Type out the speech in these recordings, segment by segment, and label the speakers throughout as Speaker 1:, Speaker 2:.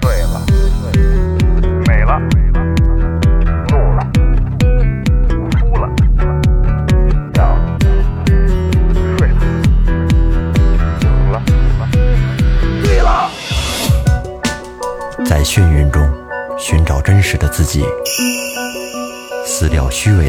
Speaker 1: 醉了，美了，怒了，哭了，笑了，睡了，醒了，醉了。
Speaker 2: 在眩晕中寻找真实的自己，撕掉虚伪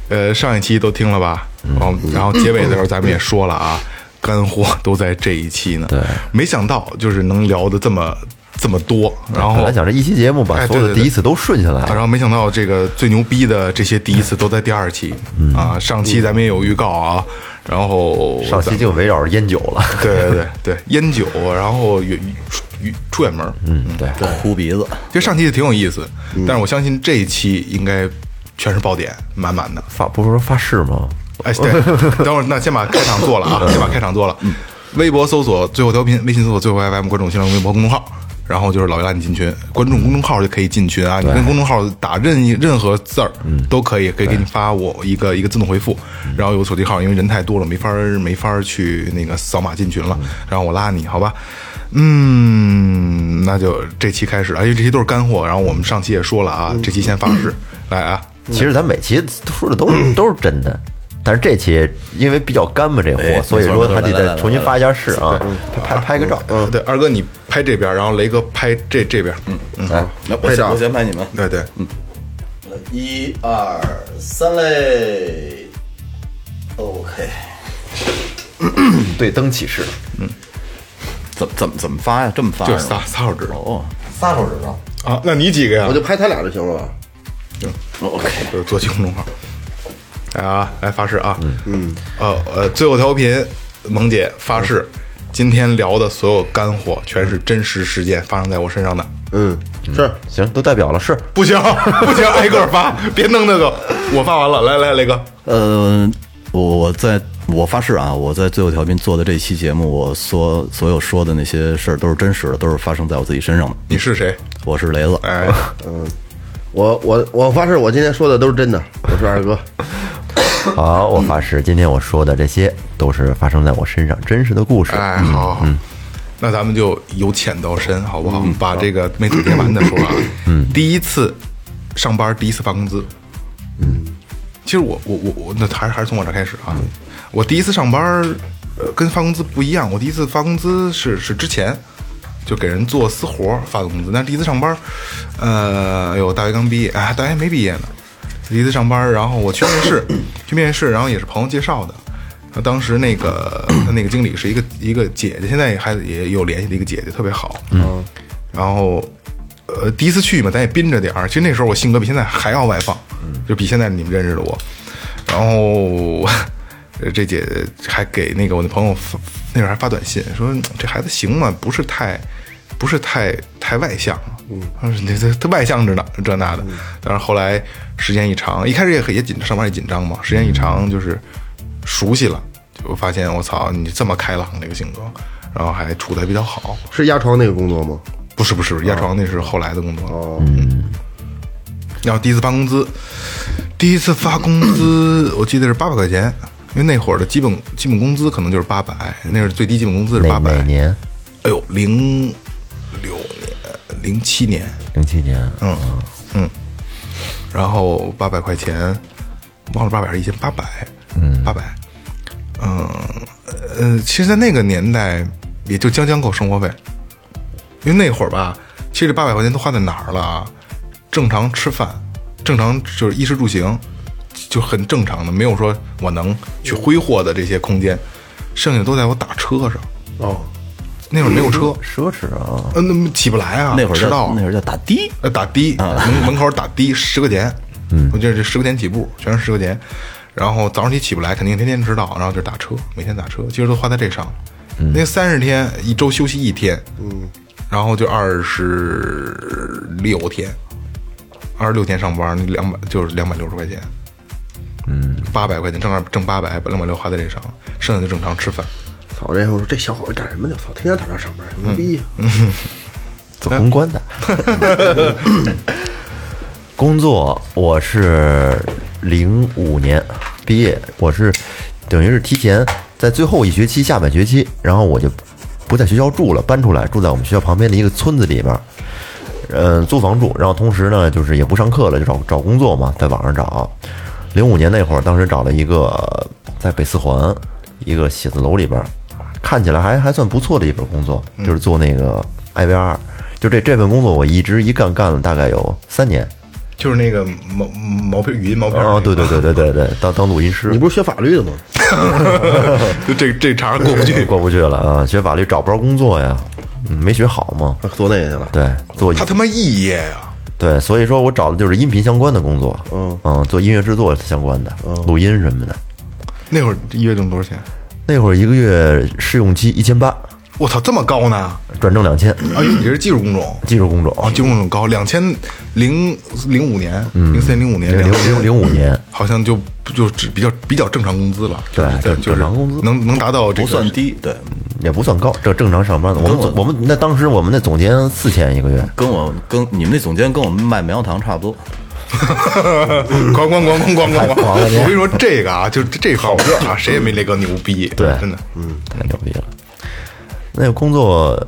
Speaker 3: 呃，上一期都听了吧？
Speaker 4: 嗯
Speaker 3: 然后，然后结尾的时候咱们也说了啊， 干货都在这一期呢。对，没想到就是能聊的这么这么多，然后
Speaker 4: 本来想这一期节目把
Speaker 3: 哎
Speaker 4: 所有
Speaker 3: 对对
Speaker 4: 的
Speaker 3: 对
Speaker 4: 第一次都顺下来，
Speaker 3: 然后没想到这个最牛逼的这些第一次都在第二期、
Speaker 4: 嗯
Speaker 3: 啊，上期咱们也有预告啊，然后
Speaker 4: 上期就围绕着烟酒了。
Speaker 3: 对对对对 烟酒，然后远出出远门，嗯，
Speaker 4: 对，
Speaker 5: 哭鼻子，
Speaker 3: 其实上期也挺有意思，
Speaker 4: 嗯
Speaker 3: 但是我相信这一期应该全是爆点，满满的。
Speaker 4: 发不是说发誓吗？
Speaker 3: 哎，对，等会儿那先把开场做了啊，先把开场做了。微博搜索最后调频，微信搜索最后 FM，关注新浪微博公众号。然后就是老袁拉你进群，关注公众号就可以进群啊。你跟公众号打任意任何字儿都可以，可以给你发我一个一个自动回复。然后有手机号，因为人太多了，没法儿没法儿去那个扫码进群了。然后我拉你，好吧？嗯，那就这期开始啊，因为这期都是干货。然后我们上期也说了啊，这期先发誓，来啊，
Speaker 4: 其实咱每期说的都 是都是真的，但是这期因为比较干嘛这
Speaker 3: 哎
Speaker 4: 货，所以说还得再重新发一下誓啊，拍拍拍个照。
Speaker 3: 嗯，对，二哥你拍这边，然后雷哥拍这这边，嗯嗯，
Speaker 6: 那啊我
Speaker 3: 拍照
Speaker 6: 先我先拍你们，
Speaker 3: 对对，嗯，
Speaker 6: 一二三嘞，OK，
Speaker 3: 嗯
Speaker 4: 对灯起誓，
Speaker 6: 怎么怎么怎么发呀？这么发
Speaker 3: 就是仨
Speaker 6: 吧
Speaker 3: 仨手指头
Speaker 6: 哦，仨手指头
Speaker 3: 啊，那你几个呀
Speaker 5: 我？就拍他俩就行了吧？
Speaker 6: ，OK，
Speaker 3: 就是做公众号，来啊，来发誓啊，嗯，呃呃，最后调频，萌姐发誓，今天聊的所有干货全是真实事件发生在我身上的，
Speaker 5: 嗯，是
Speaker 4: 行，都代表了是
Speaker 3: 不行不行，挨个儿发，别弄那个，我发完了，来来雷哥，
Speaker 6: 呃，我我在我发誓啊，我在最后调频做的这期节目，我所所有说的那些事儿都是真实的，都是发生在我自己身上的。
Speaker 3: 你是谁？
Speaker 6: 我是雷子，
Speaker 3: 哎，
Speaker 5: 我我我发誓，我今天说的都是真的。我是二哥，
Speaker 4: 好，我发誓，今天我说的这些都是发生在我身上真实的故
Speaker 5: 啊
Speaker 4: 事。
Speaker 3: 哎，好，好，那咱们就由浅到深，好不好？把这个没吐别完的说啊。嗯，第一次上班，第一次发工资。嗯，其实我我我我，那还是还是从我这开始啊。我第一次上班，呃，跟发工资不一样。我第一次发工资是是之前。就给人做私活发的工资，但第一次上班，呃，哎呦，大学刚毕业，哎，大学没毕业呢，第一次上班，然后我去面试，去面试，然后也是朋友介绍的。呃当时那个那个经理是一个一个姐姐，现在还也有联系的一个姐姐，特别好。嗯，然后呃，第一次去嘛，咱也憋着点儿。其实那时候我性格比现在还要外放，就比现在你们认识的我。然后呃这姐还给那个我那朋友发那会儿还发短信说这孩子行吗？不是太不是太太外向啊，嗯，这这他外向着呢，这那的。但是后来时间一长，一开始也很也紧张，上班也紧张嘛。时间一长就是熟悉了，就发现我操，你这么开朗这个性格，然后还处的还比较好。
Speaker 5: 是压床那个工作吗？
Speaker 3: 不是不是，压床那是后来的工作。
Speaker 5: 哦，
Speaker 3: 然后第一次发工资，第一次发工资，我记得是八百块钱，因为那会儿的基本基本工资可能就是八百，那是最低基本工资是
Speaker 4: 哪
Speaker 3: 八百
Speaker 4: 哪。年？
Speaker 3: 哎呦，零六年、零七年，
Speaker 4: 零七年。
Speaker 3: 嗯嗯，然后八百块钱，忘了八百还是一千八百，嗯，八百，嗯呃，其实，在那个年代也就将将够生活费，因为那会儿吧，其实这八百块钱都花在哪儿了啊？正常吃饭，正常就是衣食住行，就很正常的，没有说我能去挥霍的这些空间，剩下都在我打车上。
Speaker 5: 哦，
Speaker 3: 那会儿没有车，呃
Speaker 4: 奢侈啊！
Speaker 3: 嗯，那么起不来啊，
Speaker 6: 那会儿
Speaker 3: 迟
Speaker 6: 叫
Speaker 3: 到啊，
Speaker 6: 那会儿叫打的，
Speaker 3: 呃打的，门门口打的十块钱，嗯，我记得这十块钱起步，全是十块钱。然后早上起起不来，肯定天天迟到，然后就打车，每天打车，其实都花在这上。
Speaker 4: 嗯
Speaker 3: 那三十天一周休息一天，嗯，然后就二十六天，二十六天上班，两百就是两百六十块钱，嗯，八百块钱挣二挣八百，把两百六花在这上，剩下就正常吃饭。
Speaker 5: 操！这我说这小伙子干什么呢？操，天天躺那上班，牛逼呀！
Speaker 4: 走公关 的。工作我是零五年毕业，我是等于是提前在最后一学期下半学期，然后我就不在学校住了，搬出来住在我们学校旁边的一个村子里边儿，嗯，租房住。然后同时呢，就是也不上课了，就找找工作嘛，在网上找。零五年那会儿，当时找了一个在北四环一个写字楼里边儿，看起来还还算不错的一份工作，
Speaker 5: 嗯
Speaker 4: 就是做那个 IVR。就这这份工作，我一直一干干了大概有三年。
Speaker 3: 就是那个毛毛片语音毛片
Speaker 4: 哦，对对对对对 对，当当录音师
Speaker 5: 你不是学法律的吗？
Speaker 3: 对，就这这茬儿过不 去。
Speaker 4: 过不去了啊，学法律找不着工作呀，嗯没学好嘛，
Speaker 6: 啊
Speaker 5: 做那个去了。
Speaker 4: 对，做
Speaker 3: 他他妈肄业啊呀！
Speaker 4: 对，所以说我找的就是音频相关的工作，嗯做音乐制作相关的，录音什么的。
Speaker 3: 那会儿一月挣多少钱？
Speaker 4: 那会儿一个月试用期一千八，
Speaker 3: 我操，这么高呢？
Speaker 4: 转正两千，
Speaker 3: 啊，你这是技术工种
Speaker 4: 技术工种，
Speaker 3: 啊，技术工种高，两千零零五年，零三零五年，
Speaker 4: 嗯零
Speaker 3: 两
Speaker 4: 零零五年，
Speaker 3: 好像就就只比较比较正常工资了，
Speaker 4: 对
Speaker 3: 就是
Speaker 4: 正
Speaker 3: 就是
Speaker 4: 正常工资
Speaker 3: 能能达到这
Speaker 6: 不
Speaker 3: 个
Speaker 6: 算 低，对，
Speaker 4: 也不算高，这正常上班的。我们总我们那当时我们那总监四千一个月，
Speaker 6: 跟我跟你们那总监跟我们卖棉花糖差不多。
Speaker 3: 咣咣咣咣咣 咣
Speaker 4: 太
Speaker 3: 咣！
Speaker 4: 狂了这
Speaker 3: 我跟你说，这个啊，就这这行业啊，谁也没雷哥牛逼，
Speaker 4: 对
Speaker 3: 真的。
Speaker 4: 嗯，太牛逼了。那个工作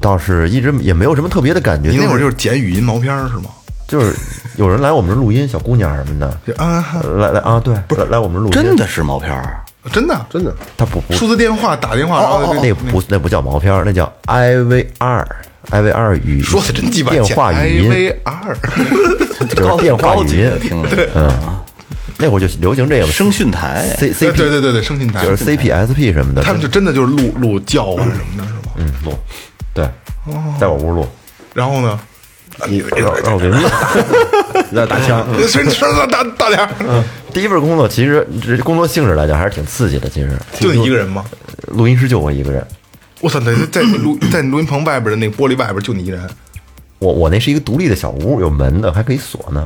Speaker 4: 倒是一直也没有什么特别的感觉，
Speaker 3: 你那会儿就是剪语音毛片儿是吗？
Speaker 4: 就是有人来我们这录音，小姑娘什么的，
Speaker 3: 就啊，
Speaker 4: 来来啊，对，来来我们这录音，
Speaker 6: 真的是毛片儿，
Speaker 3: 真的
Speaker 5: 真的，
Speaker 4: 他不不
Speaker 3: 数字电话打电话，然后
Speaker 4: 那个不那不叫毛片儿，那叫 IVR。IVR 语音
Speaker 3: 说的真鸡巴
Speaker 4: 电
Speaker 3: 贱
Speaker 4: 话语音，
Speaker 3: ，IVR
Speaker 4: 就是电话
Speaker 6: 高
Speaker 4: 语
Speaker 5: 哎
Speaker 6: 级的
Speaker 4: 音。
Speaker 6: 听着，嗯，
Speaker 4: 那会儿就流行这个嘛
Speaker 6: 声讯台
Speaker 4: C
Speaker 3: 对
Speaker 4: C
Speaker 3: 对
Speaker 4: P，
Speaker 3: 对对对，声信台
Speaker 4: 就是 C P S P 什么的。
Speaker 3: 他们就真的就是录录叫唤什么的，是吗？
Speaker 4: 嗯录，对，在我屋录，
Speaker 3: 然后呢，哎
Speaker 5: 你
Speaker 4: 让让我给录。
Speaker 5: 那打枪，
Speaker 3: 声声大大点儿，
Speaker 4: 第一份工作其实这工作性质来讲还是挺刺激的，其实
Speaker 3: 就你一个人吗？
Speaker 4: 录音师就我一个人，
Speaker 3: 我操，在在录在录音棚外边的那个玻璃外边就你一人，
Speaker 4: 我我那是一个独立的小屋，有门的，还可以锁呢。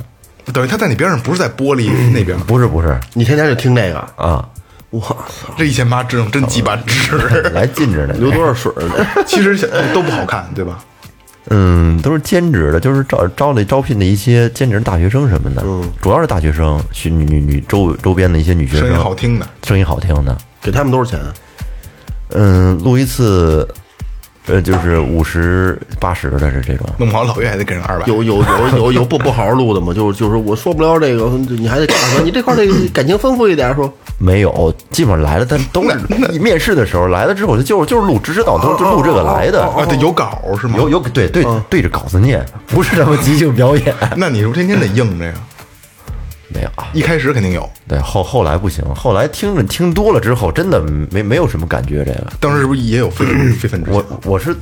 Speaker 3: 等于他在你边上，不是在玻璃那边。
Speaker 4: 不是不是
Speaker 5: 你天天就听这个，
Speaker 4: 啊，
Speaker 5: 我操，
Speaker 3: 这一千八真真鸡巴值，
Speaker 4: 来禁止的。
Speaker 5: 流多少水儿呢？
Speaker 3: 其实想都不好看，对吧？
Speaker 4: 嗯，都是兼职的，就是招招的招聘的一些兼职大学生什么的，主要是大学生，学女女女周周边的一些女学
Speaker 3: 声
Speaker 4: 生，
Speaker 3: 音好听的，
Speaker 4: 声音好听的，
Speaker 5: 给他们多少钱啊？
Speaker 4: 嗯，录一次，呃，就是五十八十的是这种，
Speaker 3: 弄不好老岳还得给人二百。
Speaker 5: 有有有有有不不好好录的吗？就是就是我说不了这个，你还得告诉我你这块儿 这个感情丰富一点说。
Speaker 4: 没有，基本上来了，但都是面试的时候来了之后，就就是就是录知识导，都是就录这个来的，
Speaker 3: 啊，对，有稿是吗？
Speaker 4: 有。有对对对着稿子念，不是什么即兴表演，
Speaker 3: 那你是不是天天得硬着呀？
Speaker 4: 没有啊。
Speaker 3: 一开始肯定有，
Speaker 4: 对后后来不行，后来听着听多了之后，真的没没有什么感觉这个。
Speaker 3: 当时是不是也有非分非分之
Speaker 4: 我
Speaker 3: 想？
Speaker 4: 我是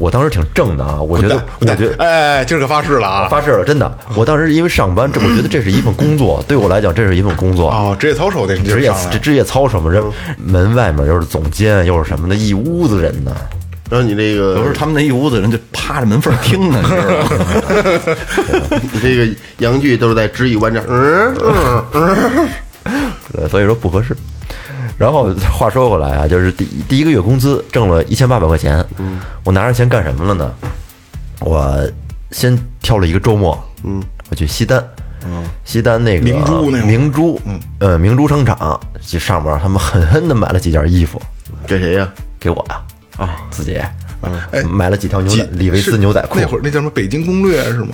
Speaker 4: 我当时挺正的啊，我觉得我
Speaker 3: 对
Speaker 4: 觉得
Speaker 3: 哎，哎今儿可发誓了啊！
Speaker 4: 发誓了，真的，我当时因为上班，这我觉得这是一份工作，对我来讲这是一份工作。
Speaker 3: 哦，职业操守得
Speaker 4: 职业
Speaker 3: 上来嗯
Speaker 4: 这职业操守嘛，这门外面又是总监，又是什么的，一屋子人呢。
Speaker 5: 然后你这
Speaker 6: 有时候
Speaker 5: 个
Speaker 6: 他们那一屋子人就趴着门缝听呢，你知道吗？
Speaker 5: 你这个洋剧都是在知一弯这，嗯嗯
Speaker 4: 呃，所以说不合适。然后 话说回来啊，就是第第一个月工资挣了一千八百块钱，
Speaker 3: 嗯
Speaker 4: 我拿着钱干什么了呢？我先挑了一个周末，嗯，我去西单，嗯，西单那个
Speaker 3: 明珠那会儿
Speaker 4: 明珠，嗯，呃，明珠商场去上面，他们狠狠的买了几件衣服
Speaker 5: 给谁呀？
Speaker 4: 给我呀，啊，自己，
Speaker 3: 哎
Speaker 4: 买了几条牛
Speaker 3: 几
Speaker 4: 仔，李维斯
Speaker 3: 是
Speaker 4: 牛仔裤，
Speaker 3: 那会儿那叫什么《北京攻略》是吗？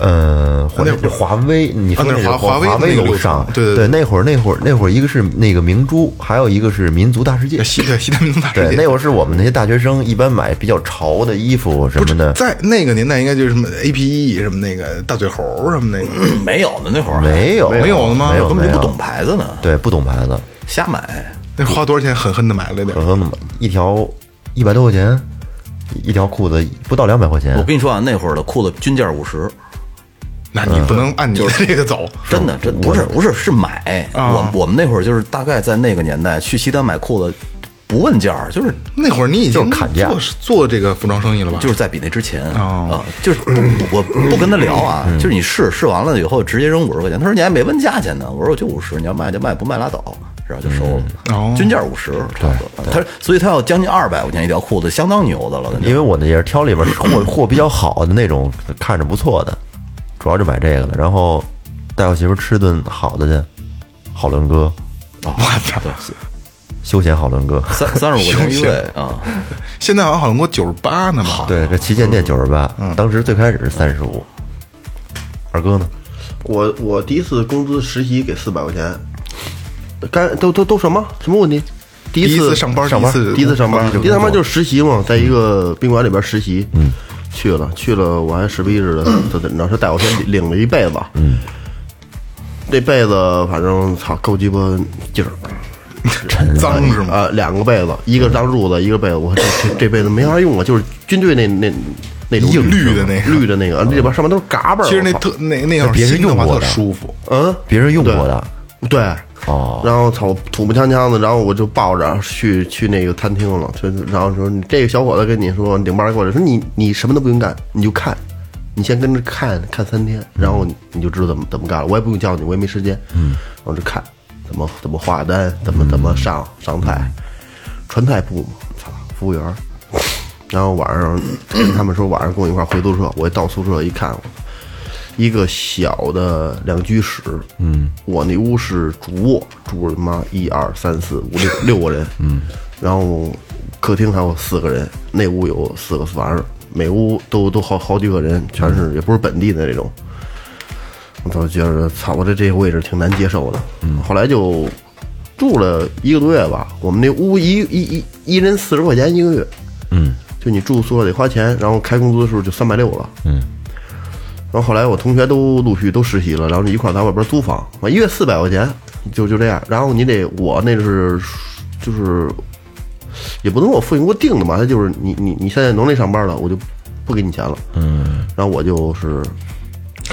Speaker 4: 嗯，华
Speaker 3: 啊那会儿
Speaker 4: 华威，你说
Speaker 3: 啊
Speaker 4: 那
Speaker 3: 那会儿
Speaker 4: 是
Speaker 3: 华
Speaker 4: 华
Speaker 3: 华威那
Speaker 4: 威
Speaker 3: 个
Speaker 4: 楼
Speaker 3: 流
Speaker 4: 上，
Speaker 3: 程对对
Speaker 4: 对那会儿那会儿那会儿，一个是那个明珠，还有一个是民族大世界
Speaker 3: 叫。西对西单民族大哎世
Speaker 4: 对，
Speaker 3: 界。
Speaker 4: 那会儿是我们那些大学生一般买比较潮的衣服什
Speaker 3: 不
Speaker 4: 么
Speaker 3: 是
Speaker 4: 的，
Speaker 3: 在那个年代，应该就是什么 A P E 什么那个大嘴猴什么那个，
Speaker 6: 没有呢，那会儿啊
Speaker 4: 没有
Speaker 3: 没有了吗
Speaker 4: 没有
Speaker 3: 我
Speaker 6: 根
Speaker 4: 没
Speaker 6: 本
Speaker 4: 有，
Speaker 6: 就不懂牌子呢，
Speaker 4: 对，不懂牌子，
Speaker 6: 瞎
Speaker 5: 哎
Speaker 6: 买。
Speaker 3: 那花多少钱狠狠的买了点
Speaker 4: 可。能一条一百多块钱，一条裤子不到两百块钱
Speaker 6: 我，跟你说啊，那会儿的裤子均价五十，
Speaker 3: 那你不
Speaker 4: 嗯
Speaker 3: 能按你的这个走，
Speaker 6: 真的，真不是不是是买。
Speaker 4: 啊
Speaker 6: 我我们那会儿就是大概在那个年代去西单买裤子，不问价儿，就是
Speaker 3: 那会儿你已经
Speaker 4: 砍价
Speaker 3: 做做这个服装生意了吧？
Speaker 6: 就是在比那之前
Speaker 4: 哦
Speaker 6: 啊，就是不我不跟他聊啊，
Speaker 4: 嗯
Speaker 6: 就是你试试完了以后直接扔五十块钱，他说你还没问价钱呢，我说我就五十，你要卖就卖，不卖拉倒，然后就收
Speaker 3: 哦
Speaker 4: 嗯
Speaker 6: 了，均价五十差不多。他所以他要将近二百块钱一条裤子，相当牛的了。
Speaker 4: 因为我呢也是挑里边儿 货货比较好的那种，看着不错的，主要就买这个了。然后带我媳妇儿吃顿好的去，好伦哥，
Speaker 3: 我操！
Speaker 4: 休闲好伦哥。
Speaker 6: 三三十五块钱一位啊，
Speaker 3: 现在好像好像给我九十八呢吧？
Speaker 4: 对，这旗舰店九十八，当时最开始是三十五。二哥呢？
Speaker 5: 我我第一次工资实习给四百块钱，干都都都什么什么问题？第
Speaker 3: 第一
Speaker 5: 次
Speaker 3: 次上班
Speaker 5: 上
Speaker 3: 第一次
Speaker 5: 第一次上班，
Speaker 3: 工作
Speaker 5: 第一次上班就是实习嘛，在一个宾馆里边实习，嗯，去了去了，我还实逼 似的，他怎么着？他带我先领了一被子，嗯，这被子反正操够鸡巴劲儿，
Speaker 3: 脏是吗？
Speaker 5: 啊，两个被子，一个当褥子，一个被子，我说这这这被子没法用啊，就是军队那那那种
Speaker 3: 硬绿的那个嗯
Speaker 5: 绿的那个，里边上面都是嘎巴儿。
Speaker 3: 其实那
Speaker 5: 我操
Speaker 3: 特那那样
Speaker 4: 别人
Speaker 3: 新的
Speaker 4: 用
Speaker 3: 话
Speaker 4: 过
Speaker 3: 特
Speaker 4: 的
Speaker 3: 舒服，
Speaker 5: 嗯，
Speaker 4: 别人用过的，
Speaker 5: 对，
Speaker 4: 哦
Speaker 5: 然后操土不呛呛的，然后我就抱着去去那个餐厅了，就然后说你这个小伙子跟你说领班儿过来说你你什么都不用干，你就看，你先跟着看看三天，然后你就知道怎么怎么干了，我也不用教你，我也没时间，嗯，我就看怎么怎么画单，怎么怎么上上菜，传菜部嘛，操服务员儿，然后晚上跟他们说晚上跟我一块儿回宿舍，我一到宿舍一看，一个小的两居室，嗯，我那屋是主卧，住了他妈一二三四五 六六个人，嗯，然后客厅还有四个人，那屋有四个房儿，每屋都都好好几个人，全是也不是本地的那种，我倒觉得操，我这这个位置挺难接受的，嗯，后来就住了一个多月吧，我们那屋一一一一人四十块钱一个月，嗯，就你住宿舍得花钱，然后开工资的时候就三百六了，嗯。然后后来我同学都陆续都实习了，然后就一块儿在外边租房，啊，一月四百块钱，就就这样。然后你得我那是就是也不能说我父亲给我定的嘛，他就是你你你现在能来上班了，我就不给你钱了。嗯，然后我就是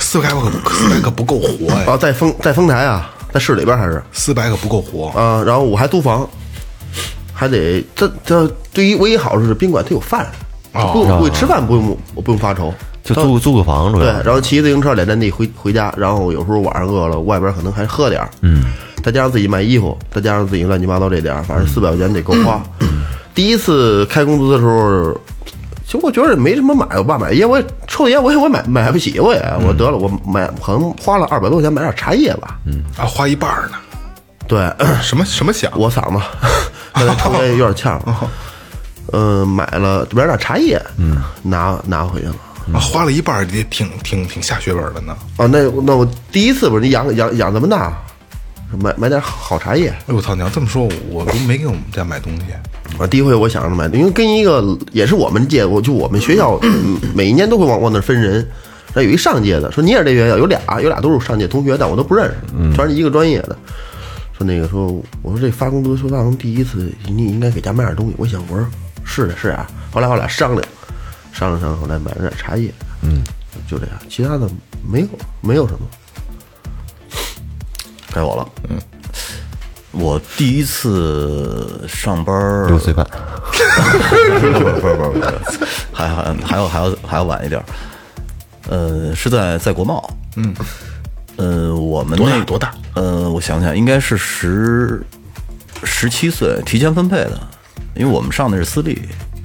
Speaker 3: 四百可不四百可不够活呀，
Speaker 5: 啊，在丰在丰台啊，在市里边还是
Speaker 3: 四百可不够活。
Speaker 5: 啊，然后我还租房，还得这这对于唯一好处是宾馆它有饭，不用不吃饭不用我不用发愁。
Speaker 4: 哦就租租个房主
Speaker 5: 对
Speaker 4: 要，是。
Speaker 5: 然后骑自行车两站地回回家，然后有时候晚上饿了，外边可能还喝点儿，嗯，嗯再加上自己卖衣服，再加上自己乱七八糟这点儿，反正四百块钱得够花。第一次开工资的时候，其实我觉得也没什么买，我爸买烟，我也抽烟，我也我也买买不起，我也我得了，我买可能花了二百多块钱买点茶叶吧，嗯，
Speaker 3: 啊，花一半儿呢，
Speaker 5: 对，
Speaker 3: 什么什么响？
Speaker 5: 我嗓 子刚才抽烟有点 呛，嗯、买了买点茶叶，嗯，拿拿回去了。
Speaker 3: 啊，花了一半儿也挺挺挺下血本的呢。
Speaker 5: 啊，那那我第一次不是你养养养这么大，买买点好茶叶。
Speaker 3: 哎呦我操！你要这么说，我都没给我们家买东西。
Speaker 5: 啊，第一回我想着买，因为跟一个也是我们届，我就我们学校嗯每一年都会往往那儿分人。那有一上届的说你也是这学校，有俩有俩都是上届同学，但我都不认识，全是一个专业的。说那个说我说这发工资说大龙第一次，你应该给家买点东西。我想我说是的是啊，后来我俩商量商量商量，后来买了点茶叶，嗯，就这样，其他的没有没有什么。
Speaker 6: 该我了。嗯，我第一次上班儿
Speaker 4: 六岁半，
Speaker 6: 不是不是不是不是， 还还还要还要还要晚一点儿。呃，是在在国贸，嗯，呃，我们
Speaker 3: 多大
Speaker 6: 那
Speaker 3: 多大？
Speaker 6: 呃，我想想，应该是十十七岁提前分配的，因为我们上的是私立，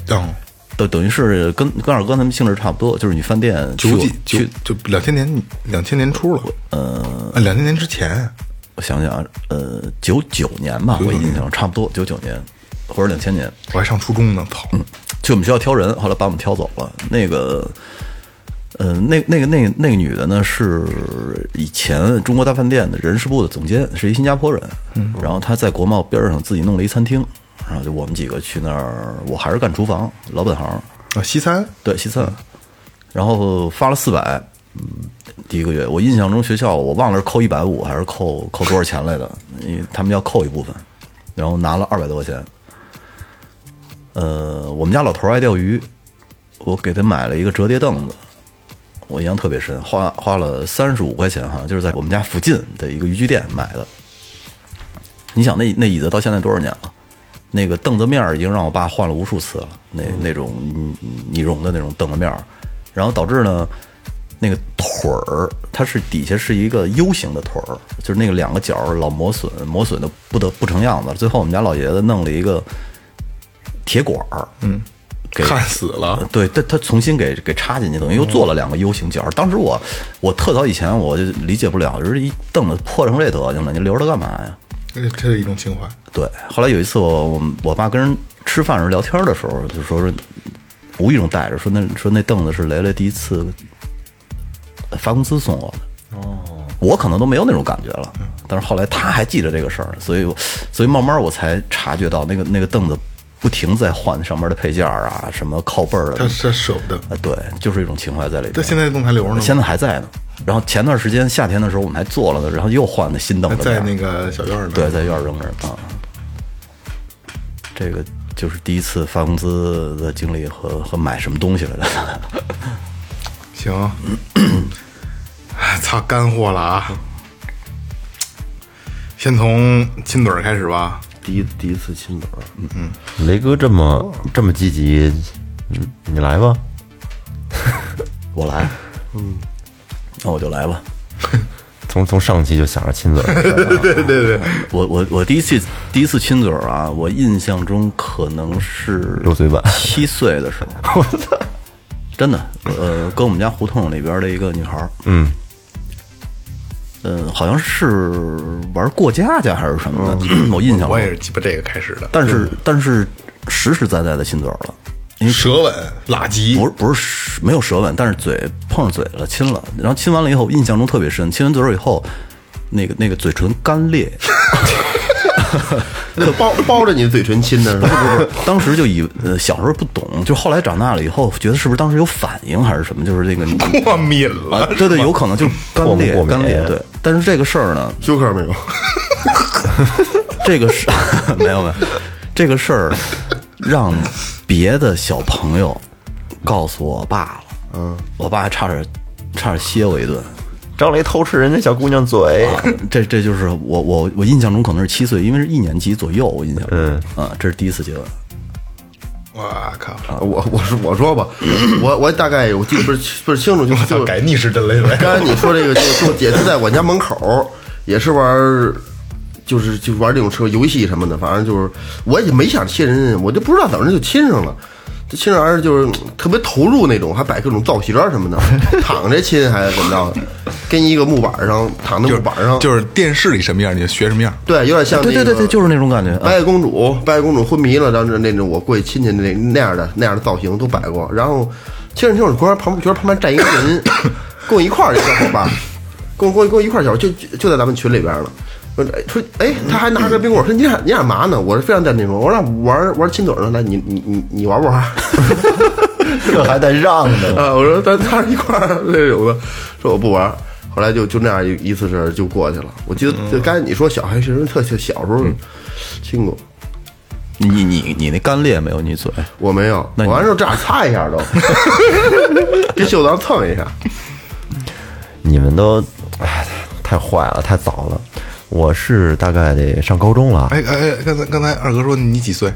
Speaker 3: 嗯，
Speaker 6: 等等于是跟跟二哥他们性质差不多，就是你饭店去
Speaker 3: 九
Speaker 6: 我
Speaker 3: 几九
Speaker 6: 去，嗯
Speaker 3: 就两千年两千年初了。呃，两千年之前，
Speaker 6: 我想想啊，呃，九九年吧，我印象差不多九九年或者两千年，
Speaker 3: 我还上初中呢。操！
Speaker 6: 嗯去我们学校挑人，后来把我们挑走了。那个，呃，那那个那个那个女的呢，是以前中国大饭店的人事部的总监，是一新加坡人。嗯，然后她在国贸边上自己弄了一餐厅，然后就我们几个去那儿，我还是干厨房，老本行，
Speaker 3: 啊，西餐
Speaker 6: 对西餐，然后发了四百。嗯，第一个月，我印象中学校我忘了是扣一百五还是扣扣多少钱来的，因为他们要扣一部分，然后拿了二百多块钱，呃，我们家老头儿爱钓鱼，我给他买了一个折叠凳子，我印象特别深，花花了三十五块钱哈，就是在我们家附近的一个渔具店买的。你想那那椅子到现在多少年了？那个凳子面儿已经让我爸换了无数次了，那那种尼尼龙的那种凳子面儿，然后导致呢，那个腿儿它是底下是一个 U 型的腿儿，就是那个两个角儿老磨损，磨损的不得不成样子了。最后我们家老爷子弄了一个铁管儿，嗯，给嗯
Speaker 3: 看死了，
Speaker 6: 对，他他重新给给插进去，等于又做了两个 U 型角。当时我我特早以前我就理解不了，就是一凳子破成这德行了，你留着它干嘛呀？
Speaker 3: 这这是一种情怀。
Speaker 6: 对，后来有一次我我们我爸跟人吃饭时候聊天的时候，就说是无意中带着说那说那凳子是雷雷第一次发工资送我的。哦，我可能都没有那种感觉了，但是后来他还记着这个事儿，所以我所以慢慢我才察觉到那个那个凳子不停在换上面的配件儿啊，什么靠背儿啊
Speaker 3: 他，他舍不得，
Speaker 6: 啊，对，就是一种情怀在里边。
Speaker 3: 但现在这凳子还留着呢吗
Speaker 6: 嗯现在还在呢。然后前段时间夏天的时候，我们还做了呢，然后又换的新凳
Speaker 3: 还
Speaker 6: 子
Speaker 3: 在
Speaker 6: 面
Speaker 3: 那个小院儿呢。
Speaker 6: 对，在院儿扔着啊。这个就是第一次发工资的经历和和买什么东西来 的。
Speaker 3: 行， 哎擦干货了啊！先从亲嘴儿开始吧。
Speaker 5: 第一第一次亲嘴儿，
Speaker 6: 嗯
Speaker 4: 雷哥这么这么积极，嗯，你来吧。
Speaker 6: 我来，嗯，那我就来吧。
Speaker 4: 从从上期就想着亲嘴儿的事儿啊，
Speaker 6: 我我我第一次第一次亲嘴儿啊，我印象中可能是
Speaker 4: 六岁半
Speaker 6: 七岁的时候。我操！真的，呃，跟我们家胡同里边的一个女孩儿，嗯，呃，好像是玩过家家还是什么的，我印象中
Speaker 3: 我也是鸡巴这个开始的，
Speaker 6: 但是但是实实在在的亲嘴儿了，因为
Speaker 3: 舌吻、拉鸡
Speaker 6: 不是不是没有舌吻，但是嘴碰上嘴了，亲了，然后亲完了以后，印象中特别深，亲完嘴儿以后，那个那个嘴唇干裂，
Speaker 5: 那包包着你嘴唇亲的是吧？
Speaker 6: 当时就以为呃小时候不懂，就后来长大了以后，觉得是不是当时有反应还是什么，就是这个你
Speaker 3: 过敏
Speaker 6: 啊
Speaker 3: 了，，
Speaker 6: 对对，有可能就是干
Speaker 4: 过敏
Speaker 6: 裂
Speaker 4: 过敏
Speaker 6: 干裂，对，但是这个事儿呢，
Speaker 5: 休克没有？
Speaker 6: 这个事没有没有，这个事儿让别的小朋友告诉我爸了，嗯，我爸差点差点歇我一顿。
Speaker 4: 张雷偷吃人家小姑娘 嘴，
Speaker 6: 这这就是我我我印象中可能是七岁，因为是一年级左右，我印象中，嗯啊，这是第一次接吻，
Speaker 3: 我靠！
Speaker 5: 啊我我说我说吧，我我大概我记得不是不是清楚，就
Speaker 3: 操
Speaker 5: 就
Speaker 3: 改逆时针了，现在
Speaker 5: 刚才你说这个就就也是在我家门口儿，也是玩儿，就是就玩这种车游戏什么的，反正就是我也没想亲人，我就不知道怎么就亲上了。这亲上还是就是特别投入那种，还摆各种造型儿什么的，躺着亲还是怎么着的，跟一个木板上躺在木板上，
Speaker 3: 就是电视里什么样你就学什么样。
Speaker 5: 对，有点像、那
Speaker 6: 对
Speaker 5: 个、
Speaker 6: 对对对，就是那种感觉，啊
Speaker 5: 白雪公主，白雪公主昏迷了，当时那种我过去亲戚那那样的那样的造型都摆过，然后亲着亲着，突然旁边觉得旁边站一个人，跟我一块儿的小伙伴，跟我跟我跟我一块儿小伙伴就就就在咱们群里边了。我说哎说哎，他还拿着冰棍儿，说你俩你俩嘛呢？我是非常淡定说，我俩玩玩亲嘴儿呢，来你你你你玩不玩？
Speaker 4: 这还在让呢。
Speaker 5: 啊，我说咱仨一块儿那种的，说我不玩儿。后来就就那样一一次事儿就过去了。我记得就刚才你说小孩其实特小小时候亲过，
Speaker 6: 你你你那干裂没有？你嘴
Speaker 5: 我没有，
Speaker 6: 那你
Speaker 5: 我完之后这样擦一下都， 跟袖子上蹭一下。
Speaker 4: 你们都，哎，太坏了，太早了。我是大概得上高中了，
Speaker 3: 哎哎，哎刚才刚才二哥说你几岁？